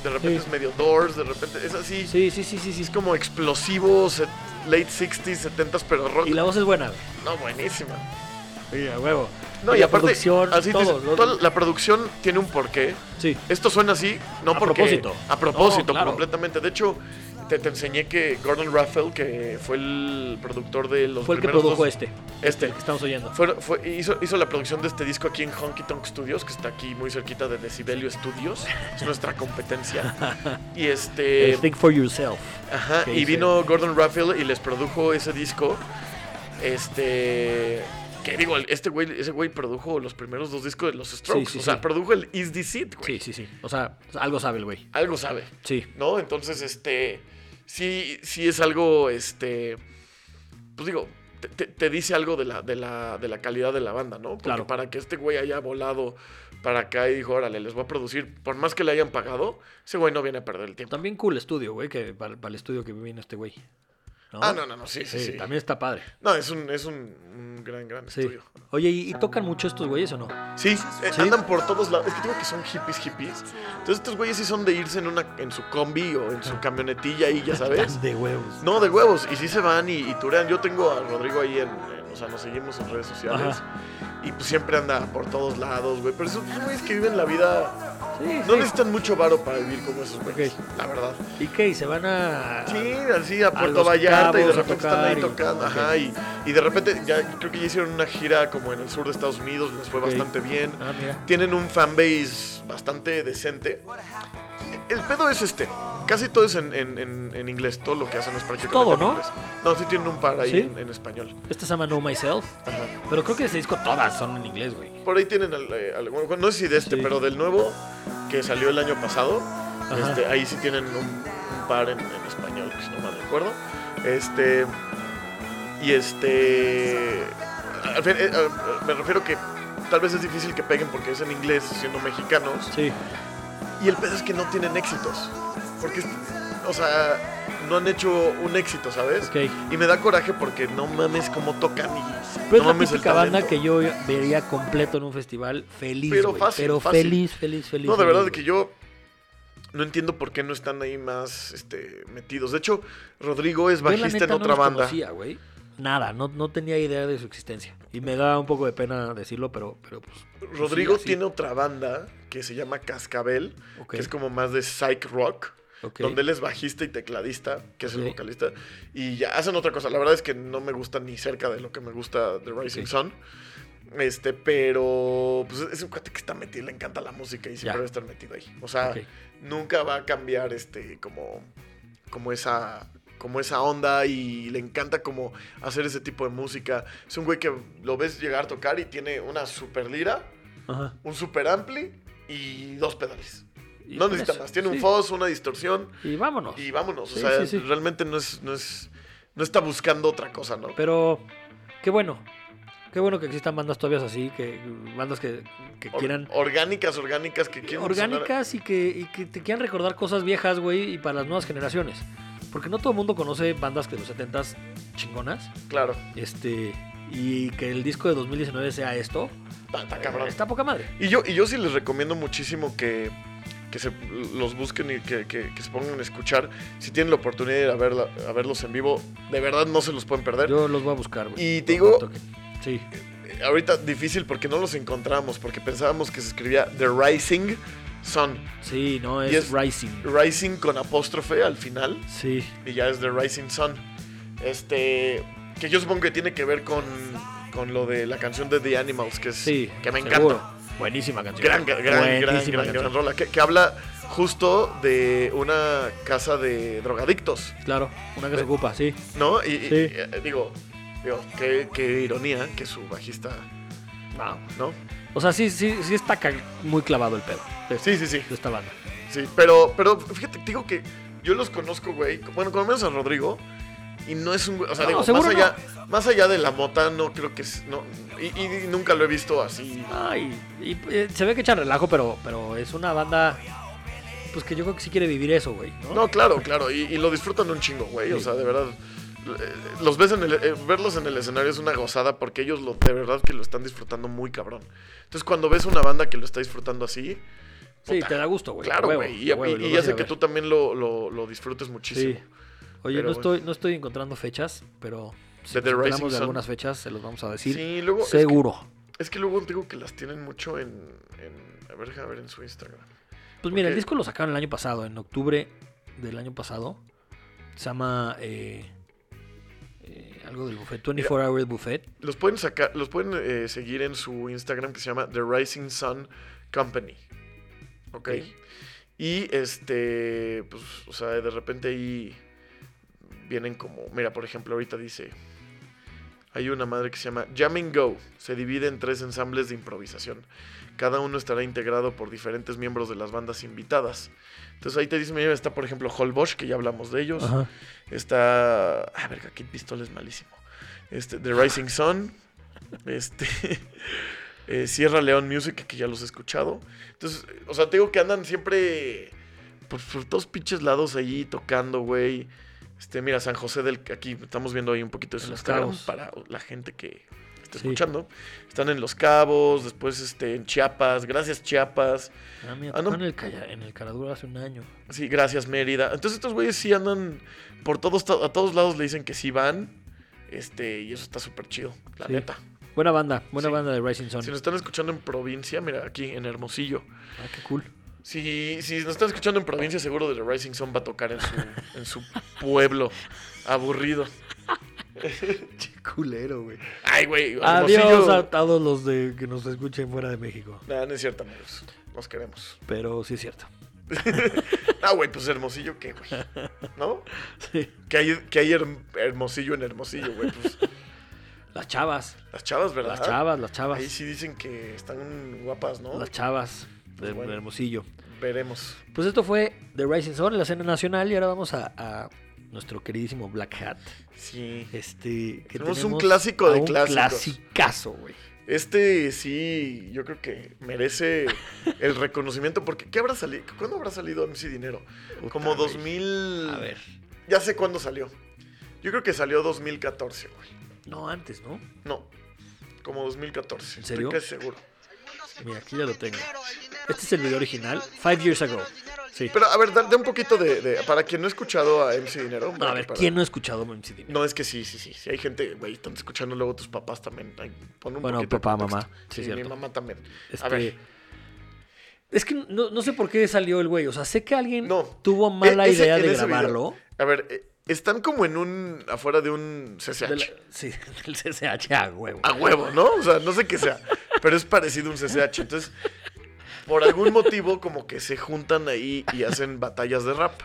S2: De repente
S1: Sí.
S2: es medio Doors, de repente es así.
S1: Sí, sí, sí, sí, sí.
S2: Es como explosivo, se- late 60s, 70s, pero rock.
S1: Y la voz es buena, güey.
S2: No, buenísima.
S1: Sí, a huevo.
S2: No,
S1: Y
S2: y,
S1: la
S2: aparte,
S1: producción,
S2: así te
S1: todo,
S2: dice,
S1: lo-
S2: toda la producción tiene un porqué.
S1: Sí.
S2: Esto suena así, no
S1: A
S2: porque.
S1: propósito.
S2: A propósito,
S1: No, claro.
S2: completamente. De hecho, te, te enseñé que Gordon Raffel, que fue el productor de los
S1: Fue el que
S2: primeros
S1: produjo
S2: dos-
S1: este,
S2: este.
S1: el que estamos oyendo.
S2: Fue- fue- hizo, hizo la producción de este disco aquí en Honky Tonk Studios, que está aquí muy cerquita de Decibelio Studios. Es nuestra competencia. Y este.
S1: El Eh, Think for Yourself.
S2: Ajá,
S1: que
S2: y
S1: hice.
S2: vino Gordon Raffel y les produjo ese disco. Este. Que digo, este güey, ese güey produjo los primeros dos discos de los Strokes.
S1: Sí, sí,
S2: o sea,
S1: sí.
S2: produjo el Is This It, güey.
S1: Sí, sí, sí. O sea, algo sabe el güey.
S2: Algo sabe,
S1: Sí.
S2: ¿no? Entonces, este. Sí, sí es algo, este. Pues digo, te, te- te dice algo de la, de, la, de la calidad de la banda, ¿no? Porque
S1: Claro.
S2: para que este güey haya volado para acá y dijo, órale, les voy a producir, por más que le hayan pagado, ese güey no viene a perder el tiempo.
S1: También cool estudio, güey, que para, para el estudio que vino este güey.
S2: Ah, no, no, no, sí, sí,
S1: Sí,
S2: sí.
S1: también está padre.
S2: No, es un, es un, un gran, gran
S1: Sí.
S2: estudio.
S1: Oye, ¿y, y tocan mucho estos güeyes o no?
S2: Sí, eh,
S1: Sí.
S2: andan por todos lados. Es que digo que son hippies, hippies. Entonces estos güeyes sí son de irse en una, en su combi o en su camionetilla y ya sabes.
S1: De huevos.
S2: No, de huevos. Y sí se van y, y turean. Yo tengo a Rodrigo ahí en, en- O sea, nos seguimos en redes sociales. Y pues siempre anda por todos lados, güey. Pero esos esos güeyes que viven la vida.
S1: Sí,
S2: No
S1: sí.
S2: necesitan mucho varo para vivir como esos güeyes.
S1: Ok.
S2: La verdad.
S1: ¿Y qué? ¿Y se van a...?
S2: Sí, así a Puerto
S1: los
S2: Vallarta y de
S1: Cabos a
S2: repente están ahí
S1: tocar y-
S2: tocando. Ajá, y, y de repente ya creo que ya hicieron una gira como en el sur de Estados Unidos, les fue
S1: Ok.
S2: bastante bien.
S1: Ah, mira.
S2: Tienen un fanbase bastante decente. El pedo es este. Casi todo es en, en- en- en inglés, todo lo que hacen es prácticamente
S1: Todo,
S2: en
S1: ¿no?
S2: inglés. No, sí tienen un par ahí
S1: ¿Sí?
S2: en, en español.
S1: Este se llama Know Myself.
S2: Ajá.
S1: Pero creo que ese disco todas son en inglés, güey.
S2: Por ahí tienen al- eh, al- bueno, no sé si de este,
S1: Sí.
S2: pero del nuevo que salió el año pasado.
S1: Ajá.
S2: este, ahí sí tienen un, un par en, en español, que si no mal recuerdo. Este. Y este. al fin- eh, al- me refiero que tal vez es difícil que peguen porque es en inglés, siendo mexicanos.
S1: Sí.
S2: Y el pedo es que no tienen éxitos. Porque, es- o sea, no han hecho un éxito, ¿sabes?
S1: Ok.
S2: Y me da coraje porque no mames cómo tocan y.
S1: Pero
S2: no
S1: es la
S2: mames el
S1: típica banda
S2: talento.
S1: que yo vería completo en un festival feliz,
S2: Pero
S1: güey.
S2: fácil,
S1: Pero
S2: fácil.
S1: feliz, feliz, feliz.
S2: No, de
S1: feliz,
S2: verdad
S1: güey.
S2: que yo no entiendo por qué no están ahí más este, metidos. De hecho, Rodrigo es
S1: Yo, la
S2: bajista
S1: neta,
S2: en
S1: no
S2: otra
S1: los
S2: banda.
S1: conocía, güey. Nada, no, no tenía idea de su existencia. Y me da un poco de pena decirlo, pero, pero pues.
S2: Rodrigo
S1: Sí, así.
S2: tiene otra banda que se llama Cascabel,
S1: Ok.
S2: que es como más de psych rock.
S1: ok.
S2: Donde él es bajista y tecladista, que es el
S1: Ok.
S2: vocalista, y ya hacen otra cosa. La verdad es que no me gusta ni cerca de lo que me gusta de Rising
S1: Ok.
S2: Sun. Este, pero pues es un cuate que está metido, le encanta la música y siempre
S1: Ya.
S2: va a estar metido ahí. O sea,
S1: Ok.
S2: nunca va a cambiar este como como esa como esa onda y le encanta como hacer ese tipo de música. Es un güey que lo ves llegar a tocar y tiene una super lira,
S1: Ajá.
S2: un super ampli y dos pedales.
S1: Y
S2: no
S1: con
S2: necesita
S1: eso,
S2: más, tiene un
S1: sí.
S2: fuzz, una distorsión
S1: Y vámonos.
S2: y vámonos,
S1: Sí,
S2: o sea,
S1: sí, sí.
S2: realmente no es no es no está buscando otra cosa, ¿no?
S1: Pero qué bueno. Qué bueno que existan bandas todavía así, que bandas que, que
S2: Or-
S1: quieran.
S2: orgánicas, orgánicas que quieren
S1: orgánicas y que, y que te quieran recordar cosas viejas, güey, y para las nuevas generaciones. Porque no todo el mundo conoce bandas que de los 70 chingonas.
S2: Claro,
S1: Este. Y que el disco de 2019 sea esto.
S2: está, está cabrón.
S1: Está poca madre.
S2: Y yo, y yo sí les recomiendo muchísimo que, que se, los busquen y que, que- que se pongan a escuchar. Si tienen la oportunidad de ir a, verla- a verlos en vivo, de verdad no se los pueden perder.
S1: Yo los voy a buscar, güey.
S2: Y te
S1: Cuando
S2: digo-
S1: toquen. Sí.
S2: Eh, Ahorita difícil porque no los encontramos, porque pensábamos que se escribía The Rising Sun.
S1: Sí, no, es,
S2: Y es-
S1: Rising.
S2: Rising con apóstrofe al final.
S1: Sí.
S2: y ya es The Rising Sun. Este, que yo supongo que tiene que ver con, con lo de la canción de The Animals, que es
S1: Sí.
S2: que me
S1: seguro.
S2: encanta.
S1: Buenísima canción.
S2: Gran, gran, gran, gran,
S1: Buenísima
S2: gran,
S1: canción.
S2: rola. Que, que habla justo de una casa de drogadictos,
S1: Claro, una que se
S2: Eh,
S1: ocupa, sí.
S2: ¿no? Y, y-
S1: Sí.
S2: y, eh, digo, digo qué, qué ironía que su bajista,
S1: No.
S2: ¿no?
S1: O sea, sí, sí, sí está ca- muy clavado el pedo. de-
S2: Sí, sí, sí.
S1: De esta banda.
S2: Sí, pero, pero fíjate, te digo que yo los conozco, güey. Bueno, como menos a Rodrigo. Y no es un güey. O sea,
S1: No,
S2: digo, más
S1: seguro
S2: allá, más allá de la mota, no creo que es. No, y, y nunca lo he visto así.
S1: Ay, y, eh, se ve que echan relajo, pero, pero es una banda. Pues que yo creo que sí quiere vivir eso, güey. ¿no?
S2: No, claro, claro. Y, y lo disfrutan un chingo, güey. O
S1: Sí.
S2: sea, de verdad. eh, Los ves en el, eh, verlos en el escenario es una gozada porque ellos lo, de verdad que lo están disfrutando muy cabrón. Entonces, cuando ves una banda que lo está disfrutando así,
S1: sí,
S2: puta.
S1: te da gusto, güey.
S2: claro,
S1: Pues, a huevo,
S2: güey. Y,
S1: a huevo,
S2: y-
S1: lo vas
S2: y
S1: a ir
S2: hace
S1: a
S2: que
S1: ver.
S2: tú también lo, lo- lo disfrutes
S1: Sí.
S2: muchísimo.
S1: Oye,
S2: Pero
S1: no,
S2: bueno.
S1: estoy, no estoy encontrando fechas, pero si nos
S2: De The
S1: enteramos
S2: Rising
S1: de
S2: Sun.
S1: algunas fechas, se los vamos a decir.
S2: Sí, luego. es que-
S1: Seguro.
S2: Es que luego digo que las tienen mucho en. en- a ver, déjame ver en su Instagram.
S1: Pues mira, el
S2: porque-
S1: disco lo sacaron el año pasado, en octubre del año pasado. Se llama eh, eh, algo del buffet, 24 Hour Buffet.
S2: Los pueden sacar, los pueden eh, seguir en su Instagram que se llama The Rising Sun Company. Ok.
S1: Ok.
S2: Y este, pues, o sea, de repente ahí vienen como, mira, por ejemplo, ahorita dice, hay una madre que se llama Jam and Go. Se divide en tres ensambles de improvisación. Cada uno estará integrado por diferentes miembros de las bandas invitadas. Entonces ahí te dice, mira, está por ejemplo Holbosch, que ya hablamos de ellos.
S1: Ajá.
S2: Está. Ah, verga, Kid Pistol es malísimo. Este, The Rising Sun. Este. eh, Sierra León Music, que ya los he escuchado. Entonces, o sea, te digo que andan siempre. Por, por todos pinches lados allí tocando, güey. Este, mira, San José del. Aquí estamos viendo ahí un poquito de
S1: En
S2: su
S1: Los
S2: Instagram
S1: Cabos.
S2: para la gente que está
S1: Sí.
S2: escuchando. Están en Los Cabos, después este, en Chiapas. Gracias, Chiapas.
S1: Ah, mira,
S2: Ah, no.
S1: tocó en el, Calla- en el Caradura hace un año.
S2: Sí, gracias Mérida. Entonces estos güeyes sí andan por todos to- a todos lados le dicen que sí van. Este, y eso está súper chido, la
S1: Sí.
S2: neta.
S1: Buena banda, buena
S2: Sí.
S1: banda de Rising Sun.
S2: Si nos están escuchando en provincia, mira, aquí en Hermosillo.
S1: Ah, qué cool.
S2: Si, si nos están escuchando en provincia, seguro de The Rising Sun va a tocar en su, en su pueblo aburrido.
S1: Culero, güey.
S2: Ay, güey,
S1: Adiós
S2: Hermosillo.
S1: a todos los de que nos escuchen fuera de México.
S2: Nah, no es cierto, amigos. Nos queremos.
S1: Pero sí es cierto.
S2: Ah, güey, pues Hermosillo, ¿qué, güey? ¿No?
S1: Sí.
S2: Que hay, que hay her- Hermosillo en Hermosillo, güey. Pues,
S1: Las chavas,
S2: las chavas, ¿verdad?
S1: las chavas, las chavas,
S2: Ahí sí dicen que están guapas, ¿no?
S1: las chavas
S2: Pues
S1: de
S2: bueno.
S1: Hermosillo.
S2: Veremos.
S1: Pues esto fue The Rising Sun, la cena nacional, y ahora vamos a, a nuestro queridísimo Black Hat.
S2: Sí.
S1: Este, que
S2: Tenemos un clásico
S1: a
S2: de
S1: un
S2: clásicos.
S1: clasicazo, güey.
S2: Este sí, yo creo que merece el reconocimiento porque ¿qué habrá salido? ¿Cuándo habrá salido MC Dinero? Como
S1: Puta, güey.
S2: 2000...
S1: A ver.
S2: Ya sé cuándo salió. Yo creo que salió 2014, güey.
S1: No, antes, ¿no?
S2: No, como 2014.
S1: ¿En serio?
S2: Estoy casi seguro.
S1: Mira, aquí ya lo tengo. Este es el video original, Five Years Ago. Sí.
S2: Pero a ver, da, da un poquito de, de- Para quien no ha escuchado a MC Dinero...
S1: A ver,
S2: para-
S1: ¿quién no ha escuchado MC Dinero?
S2: No, es que sí, sí, sí. Si hay gente, güey, están escuchando luego tus papás también. Ay, pon un
S1: Bueno,
S2: poquito de
S1: papá,
S2: contexto.
S1: mamá, sí,
S2: Sí,
S1: es
S2: mi
S1: cierto.
S2: mamá también.
S1: Este,
S2: A ver.
S1: Es que no, no sé por qué salió el güey. O sea, sé que alguien
S2: No.
S1: tuvo mala
S2: E- ese-
S1: idea
S2: en
S1: de
S2: ese video.
S1: grabarlo.
S2: A ver, eh, están como en un. afuera de un CCH.
S1: De la- sí, del CCH a huevo.
S2: A huevo, ¿no? O sea, no sé qué sea. pero es parecido a un CCH. Entonces, por algún motivo, como que se juntan ahí y hacen batallas de rap.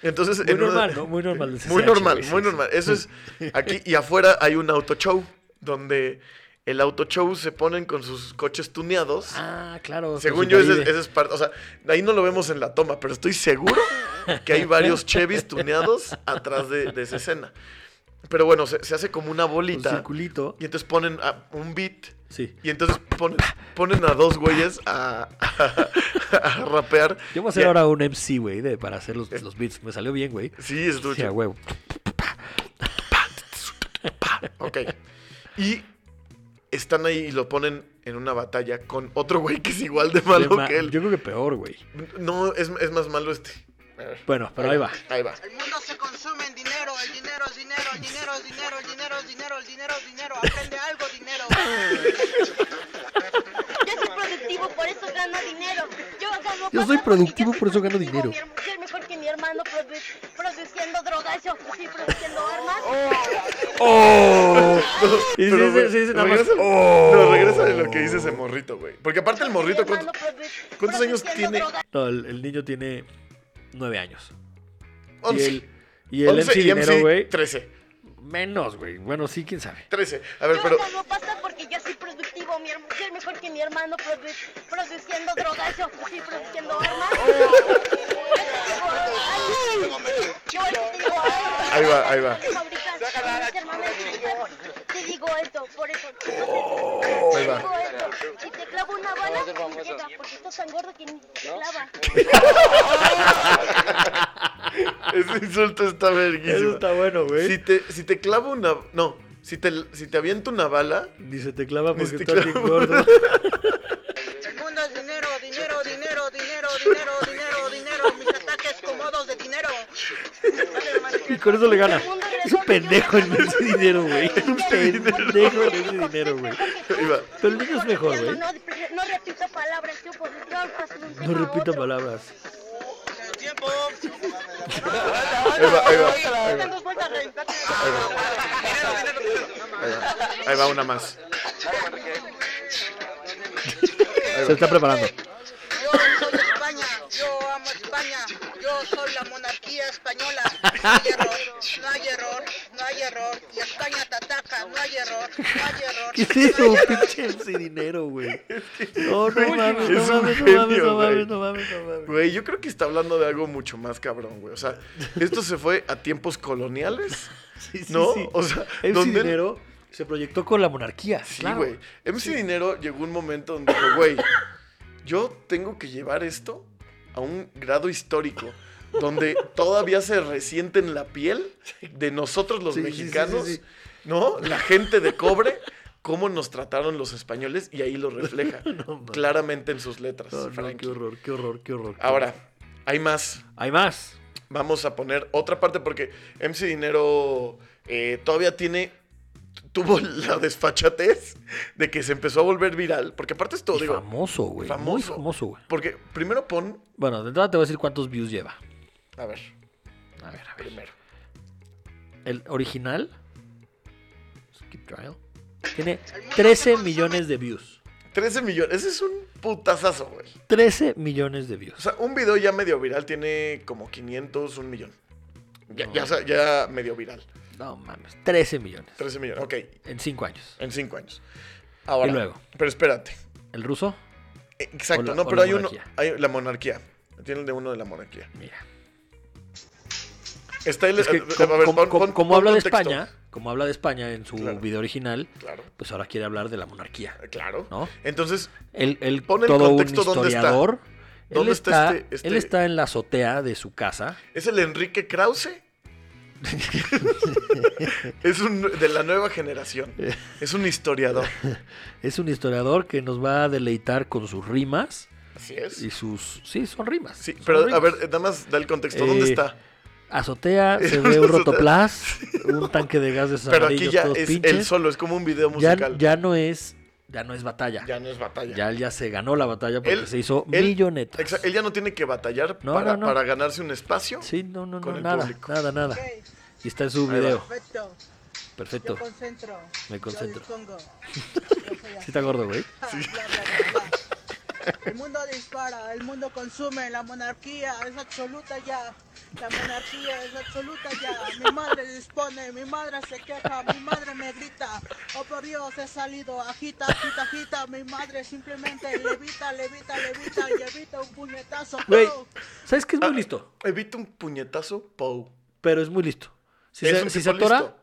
S2: Entonces,
S1: Muy
S2: en una-
S1: normal, ¿no? Muy normal del
S2: Muy
S1: CCH,
S2: normal,
S1: güey, sí,
S2: muy
S1: sí.
S2: normal. Eso es. Aquí y afuera hay un auto show donde. El auto show se ponen con sus coches tuneados.
S1: Ah, claro.
S2: Según
S1: con
S2: yo,
S1: su
S2: ese,
S1: Caribe.
S2: ese es parte. O sea, ahí no lo vemos en la toma, pero estoy seguro que hay varios Chevys tuneados atrás de, de esa escena. Pero bueno, se, se hace como una
S1: Un
S2: bolita.
S1: circulito.
S2: Y entonces ponen a- un beat.
S1: Pues Sí.
S2: Y entonces ponen, ponen a dos güeyes a, a- a rapear.
S1: Yo voy a hacer
S2: Y-
S1: ahora un MC, güey, de- para hacer los, los beats. Me salió bien, güey.
S2: Sí, es
S1: Sí, a huevo.
S2: Ok. Y están ahí y lo ponen en una batalla con otro güey que es igual de malo
S1: Lema-
S2: que él.
S1: Yo creo que peor, güey.
S2: No, es, es más malo este. A ver.
S1: Bueno, pero ahí va.
S2: Ahí va.
S3: El mundo se consume en dinero, el dinero es dinero, el dinero es dinero, el dinero es dinero, el dinero es dinero, aprende algo dinero.
S4: Yo soy productivo, por eso gano dinero. Yo gano
S1: Yo soy
S4: papá,
S1: productivo,
S4: porque yo
S1: por eso
S4: soy
S1: gano
S4: productivo.
S1: dinero.
S4: Mi her- soy mejor que mi hermano produ- produciendo drogas, yo estoy produciendo armas.
S1: ¡Oh! Y se
S2: Pero,
S1: dice-
S2: güey,
S1: se dice nada más,
S2: regresa-
S1: ¡Oh!
S2: No, regresa de lo que dice ese morrito, güey. Porque aparte el morrito,
S4: Mi hermano
S2: ¿cuánto-
S4: produ-
S2: cuántos años
S4: produciendo
S2: tiene?
S4: drogas.
S1: No, el, el niño tiene nueve años.
S2: Once.
S1: Y el, y el
S2: Once
S1: MC Dinero, güey.
S2: 13.
S1: Menos, güey. Bueno, sí, quién sabe.
S2: 13. A ver,
S4: Yo
S2: pero.
S4: gano pasta porque yo soy productivo, mi hermano soy mejor que mi hermano produ- produciendo drogas, yo estoy produciendo armas.
S2: Oh.
S4: Yo te digo armas.
S2: Ahí va, ahí va.
S4: Fabricas, mis hermanos, Te digo esto, por eso.
S2: Ahí
S4: Te
S2: va.
S4: digo esto. Si te clavo una bala, te queda, porque estás tan gordo que ni te clava.
S2: Ese insulto está
S1: Eso
S2: verguísimo.
S1: está bueno, güey.
S2: Si te, si te clavo una. No, si te, si te aviento una bala.
S1: Ni se te clava
S2: Ni
S1: porque
S2: se te
S1: estás bien
S2: clava.
S1: gordo.
S3: El mundo es dinero, dinero, dinero, dinero, dinero, dinero, dinero, mis ataques cómodos de dinero. Dale, hermano.
S1: Y con eso le gana. Es un pendejo en ese dinero, güey. Es un pendejo en ese dinero, güey.
S2: Ahí va.
S1: Pero el niño es mejor,
S4: No,
S1: güey.
S4: no, no repito palabras, yo por Dios, paso de un
S1: No
S4: tema a
S1: repita
S4: otro.
S1: palabras.
S3: El tiempo Pops.
S2: Ahí va, ahí va, ahí va.
S4: Dos vueltas, rey. Date-
S3: Dinero, dinero.
S2: Ahí va, ahí va una más.
S1: Se está preparando.
S3: Yo soy España, yo amo España, yo soy la monarquía española. No hay error, no hay error, no hay error. Y España te ataca, no hay error, no hay error.
S1: ¿Qué es
S3: no hay
S1: eso?
S3: error.
S1: Pinche ese dinero, güey. No, no mames,
S2: es
S1: no
S2: un
S1: mames, no
S2: genio, Pues,
S1: mames, no mames,
S2: güey.
S1: no mames, no mames.
S2: Güey, yo creo que está hablando de algo mucho más cabrón, güey. O sea, esto se fue a tiempos coloniales,
S1: Sí, sí,
S2: ¿no?
S1: sí.
S2: O sea,
S1: MC
S2: donde él-
S1: Dinero se proyectó con la monarquía.
S2: Sí,
S1: claro.
S2: güey. MC Dinero llegó un momento donde dijo, güey, yo tengo que llevar esto a un grado histórico, donde todavía se resiente en la piel de nosotros los
S1: Sí, sí, sí,
S2: mexicanos,
S1: sí, sí.
S2: ¿no? La gente de cobre, cómo nos trataron los españoles, y ahí lo refleja
S1: mames.
S2: claramente en sus letras,
S1: No, no,
S2: Frankie.
S1: qué horror, qué horror, qué horror. qué
S2: Ahora,
S1: horror.
S2: hay más.
S1: Hay más.
S2: Vamos a poner otra parte porque MC Dinero eh, todavía tiene. Tuvo la desfachatez de que se empezó a volver viral. Porque aparte esto,
S1: Y
S2: digo.
S1: famoso, güey. Muy
S2: famoso.
S1: famoso, güey.
S2: Porque primero pon.
S1: Bueno, de entrada te voy a decir cuántos views lleva.
S2: A ver,
S1: A ver, a ver.
S2: primero.
S1: El original, Skip Trial, tiene 13 millones de views.
S2: 13 millones. Ese es un putazazo, güey.
S1: 13 millones de
S2: O
S1: views.
S2: sea, un video ya medio viral tiene como 500, un millón. Ya, ya, sa- ya medio viral.
S1: No mames, 13 millones.
S2: 13 millones. Ok,
S1: En 5 años.
S2: en 5 años. Ahora.
S1: Y luego.
S2: Pero espérate.
S1: El ruso,
S2: Exacto,
S1: O la-
S2: no,
S1: o
S2: pero
S1: la
S2: hay uno.
S1: monarquía.
S2: Hay la monarquía. Tiene el de uno de la monarquía.
S1: mira.
S2: Está el,
S1: Es que
S2: a ver,
S1: como, como-
S2: pon-
S1: como-
S2: pon-
S1: como
S2: pon
S1: habla de
S2: contexto.
S1: España, como habla de España en su
S2: Claro.
S1: video original,
S2: Claro, eh,
S1: pues ahora quiere hablar de la monarquía.
S2: claro.
S1: ¿No?
S2: Entonces,
S1: Él, él
S2: Pon el
S1: todo un
S2: contexto, ¿dónde está?
S1: historiador. él,
S2: ¿Dónde
S1: está,
S2: está este- este-
S1: él está en la azotea de su casa.
S2: ¿es el Enrique Krause? es un de la nueva generación. Es un historiador.
S1: Es un historiador que nos va a deleitar con sus rimas
S2: Así es.
S1: y sus... Sí, son rimas.
S2: Sí,
S1: son
S2: pero a
S1: rimas.
S2: ver, eh, nada más da el contexto. ¿Dónde
S1: Eh,
S2: está?
S1: Azotea, se ve un rotoplas, un tanque de gases
S2: Pero aquí
S1: amarillos
S2: ya
S1: todos
S2: es
S1: pinches.
S2: él solo, es como un video
S1: ya,
S2: musical. Ya,
S1: ya no es... Ya no es batalla. Ya,
S2: no es batalla.
S1: él ya se ganó la batalla porque
S2: Él-
S1: se hizo
S2: él-
S1: milloneta.
S2: Exa- él ya no tiene que batallar
S1: No,
S2: para,
S1: no, no.
S2: para ganarse un espacio.
S1: Sí, no, no,
S2: con
S1: no,
S2: el
S1: nada,
S2: público.
S1: nada, nada.
S3: Ok,
S1: Y está en su
S2: Ahí va.
S1: video.
S3: perfecto.
S1: Perfecto.
S3: Yo concentro.
S1: Me concentro.
S3: Yo dispongo. Yo soy
S1: Sí
S3: así.
S1: está gordo, güey.
S3: Ah, bla, bla, bla, bla. El mundo dispara, el mundo consume, la monarquía es absoluta ya. La monarquía es absoluta ya. Mi madre dispone, mi madre se queja, mi madre me grita. Oh por Dios, he salido, agita, agita, agita. Mi madre simplemente levita, levita, levita y evita un puñetazo.
S1: Güey,
S3: ¡pum!
S1: ¿sabes que es muy
S2: Ah,
S1: listo?
S2: Evita un puñetazo, Pou.
S1: Pero es muy listo. Si
S2: Es
S1: se,
S2: un
S1: si
S2: tipo
S1: se atora,
S2: listo.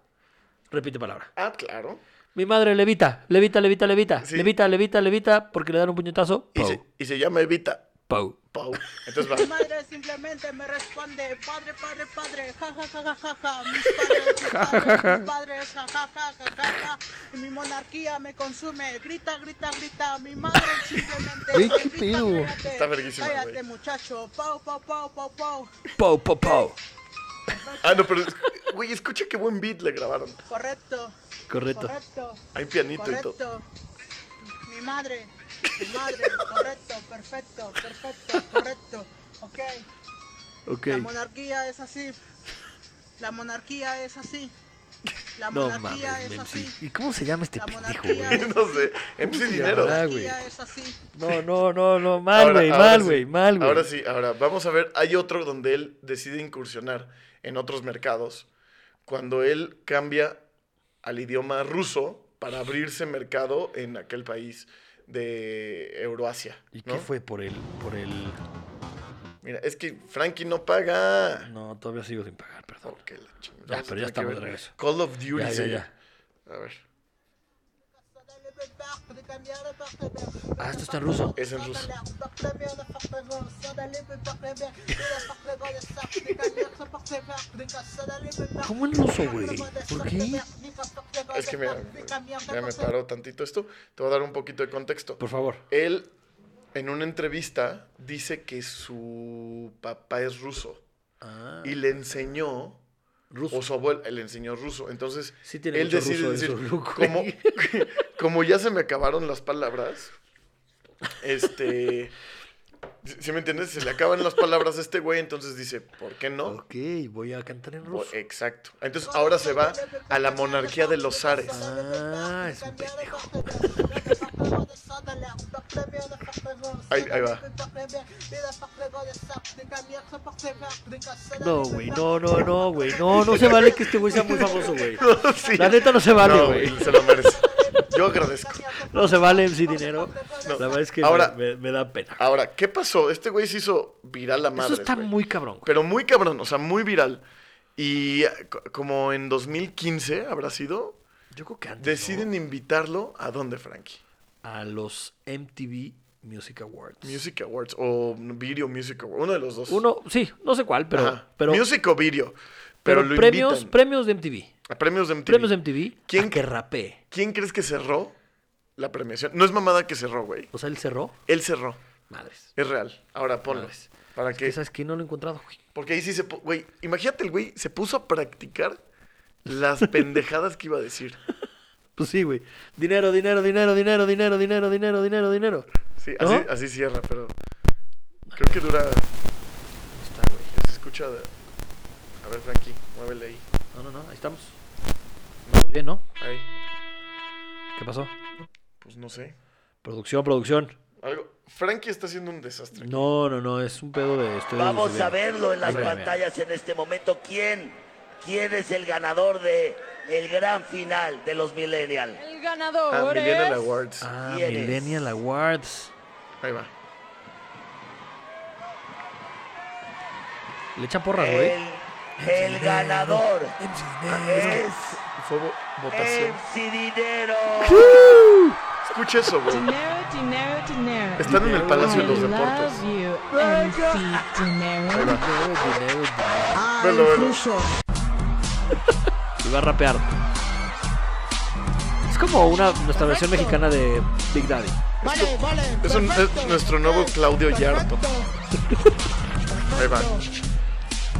S1: repite palabra.
S2: Ah, claro.
S1: Mi madre levita, levita, levita, levita.
S2: Sí.
S1: Levita, levita, levita, porque le dan un puñetazo.
S2: Y
S1: Pou,
S2: se, y se llama Evita.
S1: pou.
S2: Pau. Entonces va.
S3: Mi madre simplemente me responde, padre, padre, padre, ja, ja, ja, ja, ja, ja, mis padres, mis padres, mis padres, ja, ja, ja, ja, ja, ja, y mi monarquía me consume, grita, grita, grita, mi madre simplemente
S1: Güey,
S3: me
S1: qué
S3: grita,
S1: pedo.
S3: "Cállate,
S2: Está verguísima, güey.
S3: Cállate, muchacho, pau, pau, pau, pau, pau,
S1: Pou, pou, pou.
S2: Ah, no, pero. es- Güey, escucha qué buen beat le grabaron.
S3: correcto,
S1: Correcto.
S3: correcto,
S2: Hay pianito y todo.
S3: correcto, mi madre, mi madre, correcto, perfecto, perfecto, correcto, ok.
S1: Ok.
S3: La monarquía es así. La monarquía es así. La
S1: No
S3: monarquía
S1: mames,
S3: es
S1: Memsi.
S3: así.
S1: ¿Y cómo se llama este
S3: La
S1: pendejo,
S3: monarquía
S1: güey?
S2: No sé. MC Dinero.
S1: Ah,
S3: La
S1: güey.
S3: monarquía es así.
S1: No, no, no, no.
S2: Ahora-
S1: Mal, güey,
S2: ahora
S1: mal,
S2: sí.
S1: güey, mal, güey.
S2: Ahora sí, ahora vamos a ver. Hay otro donde él decide incursionar en otros mercados. Cuando él cambia al idioma ruso para abrirse mercado en aquel país de Euroasia.
S1: ¿Y
S2: ¿no?
S1: qué fue por el, por el...
S2: Mira, es que Frankie no paga.
S1: No, todavía sigo sin pagar, perdón.
S2: Oh, qué la chingada.
S1: Ya,
S2: Vamos a
S1: pero ya
S2: tener que
S1: estamos
S2: ver
S1: de regreso.
S2: Call of Duty.
S1: Ya, ya,
S2: se
S1: ya.
S2: llama. A ver.
S1: Ah, esto está en ruso.
S2: Es en ruso.
S1: ¿Cómo en ruso, güey? ¿Por qué?
S2: Es que mira, ya me paró tantito esto. Te voy a dar un poquito de contexto.
S1: Por favor.
S2: Él, en una entrevista, dice que su papá es ruso
S1: Ah,
S2: y le enseñó,
S1: ruso.
S2: o su abuelo le enseñó ruso. Entonces,
S1: Sí tiene
S2: él
S1: mucho
S2: decide
S1: ruso en
S2: decir,
S1: su look, güey.
S2: como, como ya se me acabaron las palabras, este, Si si me entiendes, se le acaban las palabras a este güey, entonces dice, ¿por qué no?
S1: Ok, voy a cantar en
S2: O-
S1: ruso.
S2: Exacto. Entonces ahora se va a la monarquía de los zares.
S1: Ah, es un pendejo.
S2: Ahí- ahí va.
S1: No, güey, no, no, no, güey. No, no se vale que este güey sea muy famoso, güey.
S2: Sí.
S1: La neta no se vale,
S2: No,
S1: güey.
S2: Se lo merece. Yo agradezco.
S1: No se vale MC Dinero.
S2: No.
S1: La verdad es que
S2: Ahora-
S1: me, me- me da pena.
S2: Ahora, ¿qué pasó? Este güey se hizo viral la madre.
S1: Eso está muy cabrón, güey.
S2: Pero muy cabrón, o sea, muy viral. Y eh, co- como en 2015 habrá sido,
S1: Yo creo que antes. ¿no?
S2: deciden invitarlo a dónde, Frankie?
S1: A los MTV Music Awards.
S2: Music Awards o Video Music Awards, uno de los dos.
S1: Uno, sí, no sé cuál, pero.
S2: Ajá.
S1: Pero,
S2: Music o Video. Pero,
S1: pero
S2: lo
S1: premios,
S2: invitan.
S1: premios de MTV.
S2: a premios de MTV.
S1: Premios de MTV. ¿Quién?
S2: ¿Quién-
S1: que rapee.
S2: ¿Quién crees que cerró la premiación? No es mamada que cerró, güey.
S1: O sea, él cerró.
S2: Él cerró.
S1: Madres.
S2: Es real. Ahora ponlo.
S1: Madres.
S2: ¿Para
S1: Ah, Que
S2: qué?
S1: sabes que no lo he encontrado, güey.
S2: Porque ahí sí se... pu- Güey, imagínate el güey se puso a practicar las pendejadas que iba a decir.
S1: Pues sí, güey. Dinero, dinero, dinero, dinero, dinero, dinero, dinero, dinero, dinero.
S2: Sí,
S1: ¿No?
S2: así, así cierra, pero... Creo que dura...
S1: Está, güey.
S2: Se escucha... de- A ver, Frankie, muévele ahí.
S1: No, no, no, ahí estamos. Estamos bien, ¿no?
S2: Ahí.
S1: ¿Qué pasó?
S2: Pues no sé.
S1: Producción, producción.
S2: Algo... Frankie está haciendo un desastre.
S1: No, no, no, es un pedo de estoy
S5: Vamos a
S1: subiendo.
S5: verlo en las
S1: Ahí va, ahí va.
S5: pantallas en este momento. ¿Quién? ¿Quién es el ganador de el gran final de los Millennials?
S6: El ganador
S2: Ah, Millennial
S6: es-
S2: Awards.
S1: Ah,
S5: ¿Quién es?
S1: Millennial Awards.
S2: Ahí va.
S1: Le echan porras, güey.
S5: El, el ganador es
S2: Fue vo- votación.
S5: MC Dinero.
S2: Eh. Escucha eso, güey.
S6: Dinero, dinero, dinero.
S2: Están en el Palacio de los
S6: I love
S2: Deportes.
S6: you, MC
S2: Ahí
S6: Dinero.
S2: va.
S1: Dinero, dinero, dinero.
S3: Ah,
S2: Velo, velo.
S3: incluso.
S1: Y va a rapear. Es como una nuestra versión mexicana de Big Daddy.
S3: Vale, vale.
S2: Es, un- es
S3: perfecto,
S2: nuestro nuevo Claudio Yarto. Ahí va.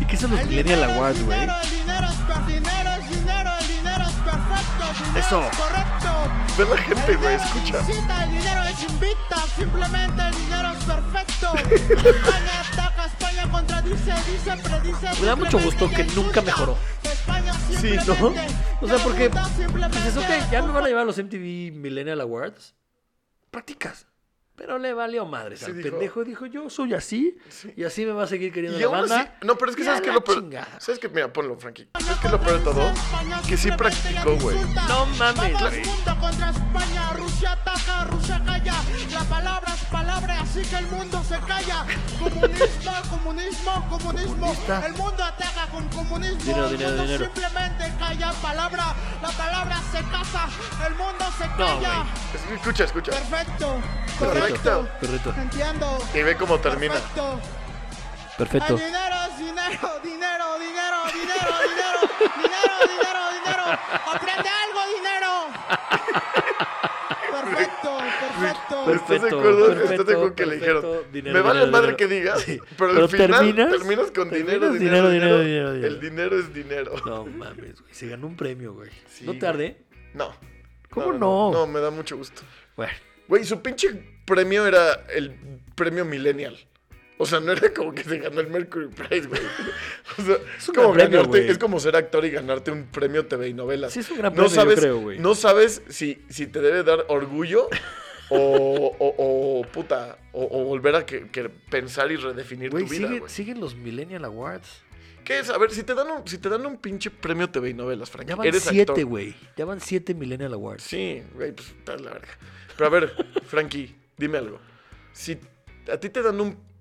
S1: ¿Y qué son los Millennial Awards, güey?
S3: El dinero es per- dinero es dinero, el dinero es perfecto, el dinero
S1: Eso.
S3: es correcto.
S2: Ve la gente,
S3: El
S2: güey,
S3: dinero
S2: escucha.
S3: necesita, el dinero es invita, simplemente el dinero es perfecto. España ataca, España contradice, dice, predice.
S1: Me da mucho gusto que
S3: simplemente
S1: nunca
S3: insulta.
S1: mejoró.
S3: España
S1: Sí, ¿no?
S3: simplemente
S1: O sea, porque
S3: pregunta,
S1: pues eso que
S3: simplemente
S1: ya me van a llevar a los MTV Millennial Awards. Practicas. Pero le valió madres
S2: Sí,
S1: al
S2: dijo-
S1: pendejo. Dijo, yo soy así
S2: Sí.
S1: y así me va a seguir queriendo
S2: Y
S1: la
S2: aún así,
S1: banda.
S2: no, pero es que
S1: Y
S2: sabes
S1: a
S2: que
S1: la
S2: lo peor.
S1: chingada.
S2: ¿Sabes que Mira, ponlo, Frankie. ¿Sabes que lo peor de todo? Que sí practicó, güey.
S1: No mames,
S3: Todo
S1: güey.
S3: el mundo contra España, Rusia ataca, Rusia calla. La palabra es palabra, así que el mundo se calla. Comunismo, comunismo, comunismo.
S1: Comunista.
S3: El mundo ataca con comunismo.
S1: Dinero,
S3: el
S1: dinero,
S3: mundo
S1: dinero.
S3: simplemente calla palabra. La palabra se casa, el mundo se calla.
S1: güey.
S2: Es- Escucha, escucha.
S3: Perfecto,
S2: Correcto.
S3: correcto.
S1: Correcto.
S3: Entiendo.
S2: Y ve cómo termina.
S3: Perfecto.
S1: Perfecto.
S3: El dinero es dinero, dinero, dinero, dinero, dinero, dinero, dinero, dinero. Aprende algo, dinero. Perfecto, perfecto.
S1: Perfecto,
S2: ¿Estás de acuerdo? ¿Estás de
S1: perfecto,
S2: acuerdo que le dijeron?
S1: perfecto, dinero,
S2: me vale
S1: dinero,
S2: madre
S1: dinero"?
S2: que digas,
S1: Sí.
S2: pero,
S1: Pero
S2: al final
S1: terminas-
S2: terminas, con dinero,
S1: terminas dinero,
S2: dinero, dinero,
S1: dinero, dinero,
S2: El dinero es dinero.
S1: No mames, güey. Se ganó un premio, güey.
S2: Sí,
S1: no
S2: güey.
S1: tardé.
S2: No.
S1: ¿Cómo no?
S2: No, me da mucho gusto.
S1: Bueno.
S2: Güey, su pinche premio era el premio Millennial. O sea, no era como que se ganó el Mercury Prize, güey. O sea, es,
S1: un
S2: como
S1: gran premio,
S2: ganarte-
S1: güey.
S2: es como ser actor y ganarte un premio TV y novelas.
S1: Sí, es un gran premio, yo creo, güey.
S2: No sabes si, si te debe dar orgullo o, o- o puta, o, o volver a que, que pensar y redefinir
S1: Güey,
S2: tu vida,
S1: sigue-
S2: güey.
S1: siguen los Millennial Awards.
S2: ¿Qué es? A ver, si te dan un, si te dan un pinche premio TV y novelas, Frank,
S1: Ya van
S2: eres
S1: siete,
S2: actor.
S1: güey. Ya van siete Millennial Awards.
S2: Sí, güey, pues está la verga. Pero a ver, Frankie, dime algo. Si a ti te dan un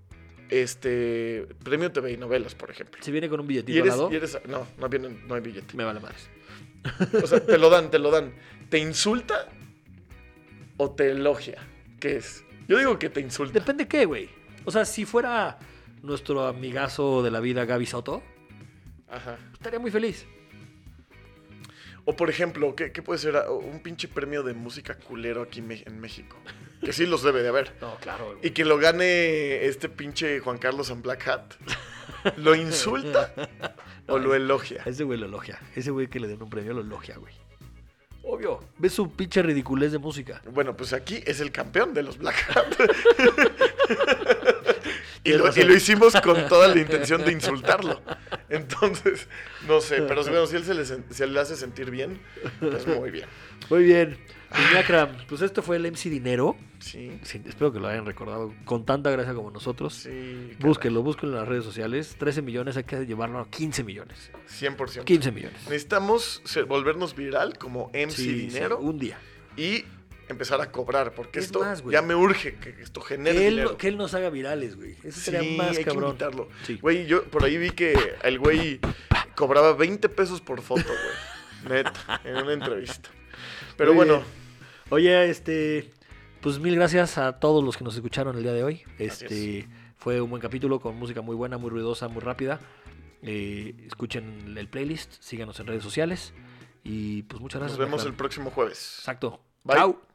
S2: este premio TV y novelas, por ejemplo.
S1: Se viene con un
S2: Y
S1: billetito al
S2: eres,
S1: lado.
S2: y eres- no, no viene, no hay billete.
S1: Me vale madres.
S2: O sea, te lo dan, te lo dan. ¿Te insulta o te elogia? ¿Qué es? Yo digo que te insulta.
S1: Depende qué, güey. O sea, si fuera nuestro amigazo de la vida, Gaby Soto,
S2: Ajá.
S1: estaría muy feliz.
S2: O por ejemplo, ¿qué, qué puede ser ah, un pinche premio de música culero aquí en Me- en México? Que sí los debe de haber.
S1: No, claro,
S2: Y que lo gane este pinche Juan Carlos en Black Hat. ¿Lo insulta o lo elogia?
S1: Ese güey lo elogia. Ese güey que le den un premio lo elogia, güey. Obvio. Ve su pinche ridiculez de música.
S2: Bueno, pues aquí es el campeón de los Black Hat. Y lo, y lo hicimos con toda la intención de insultarlo. Entonces, no sé, pero bueno, si él se le, sen- se le hace sentir bien, pues muy bien.
S1: Muy bien. Pues, Miacra, pues esto fue el MC Dinero.
S2: Sí,
S1: Sí, espero que lo hayan recordado con tanta gracia como nosotros.
S2: sí.
S1: Búsquenlo, búsquenlo en las redes sociales. 13 millones, hay que llevarlo a 15 millones.
S2: 100%.
S1: 15 millones.
S2: Necesitamos ser- volvernos viral como MC
S1: Sí,
S2: Dinero
S1: sí, un día.
S2: y empezar a cobrar, porque
S1: Es
S2: esto
S1: más, güey.
S2: ya me urge que esto genere
S1: Que él,
S2: dinero.
S1: que él nos haga virales, güey. Eso
S2: Sí,
S1: sería más
S2: hay que
S1: cabrón.
S2: invitarlo.
S1: Sí.
S2: Güey, yo por ahí vi que el güey cobraba 20 pesos por foto, güey. Neta, en una entrevista. Pero
S1: Muy
S2: bueno,
S1: bien. Oye, este, pues mil gracias a todos los que nos escucharon el día de hoy.
S2: Así
S1: Este, fue un buen capítulo con música muy buena, muy ruidosa, muy rápida. Eh, escuchen el playlist, síganos en redes sociales y pues muchas
S2: nos
S1: gracias.
S2: vemos
S1: Maclán.
S2: el próximo jueves.
S1: Exacto.
S2: Bye.
S1: Chao.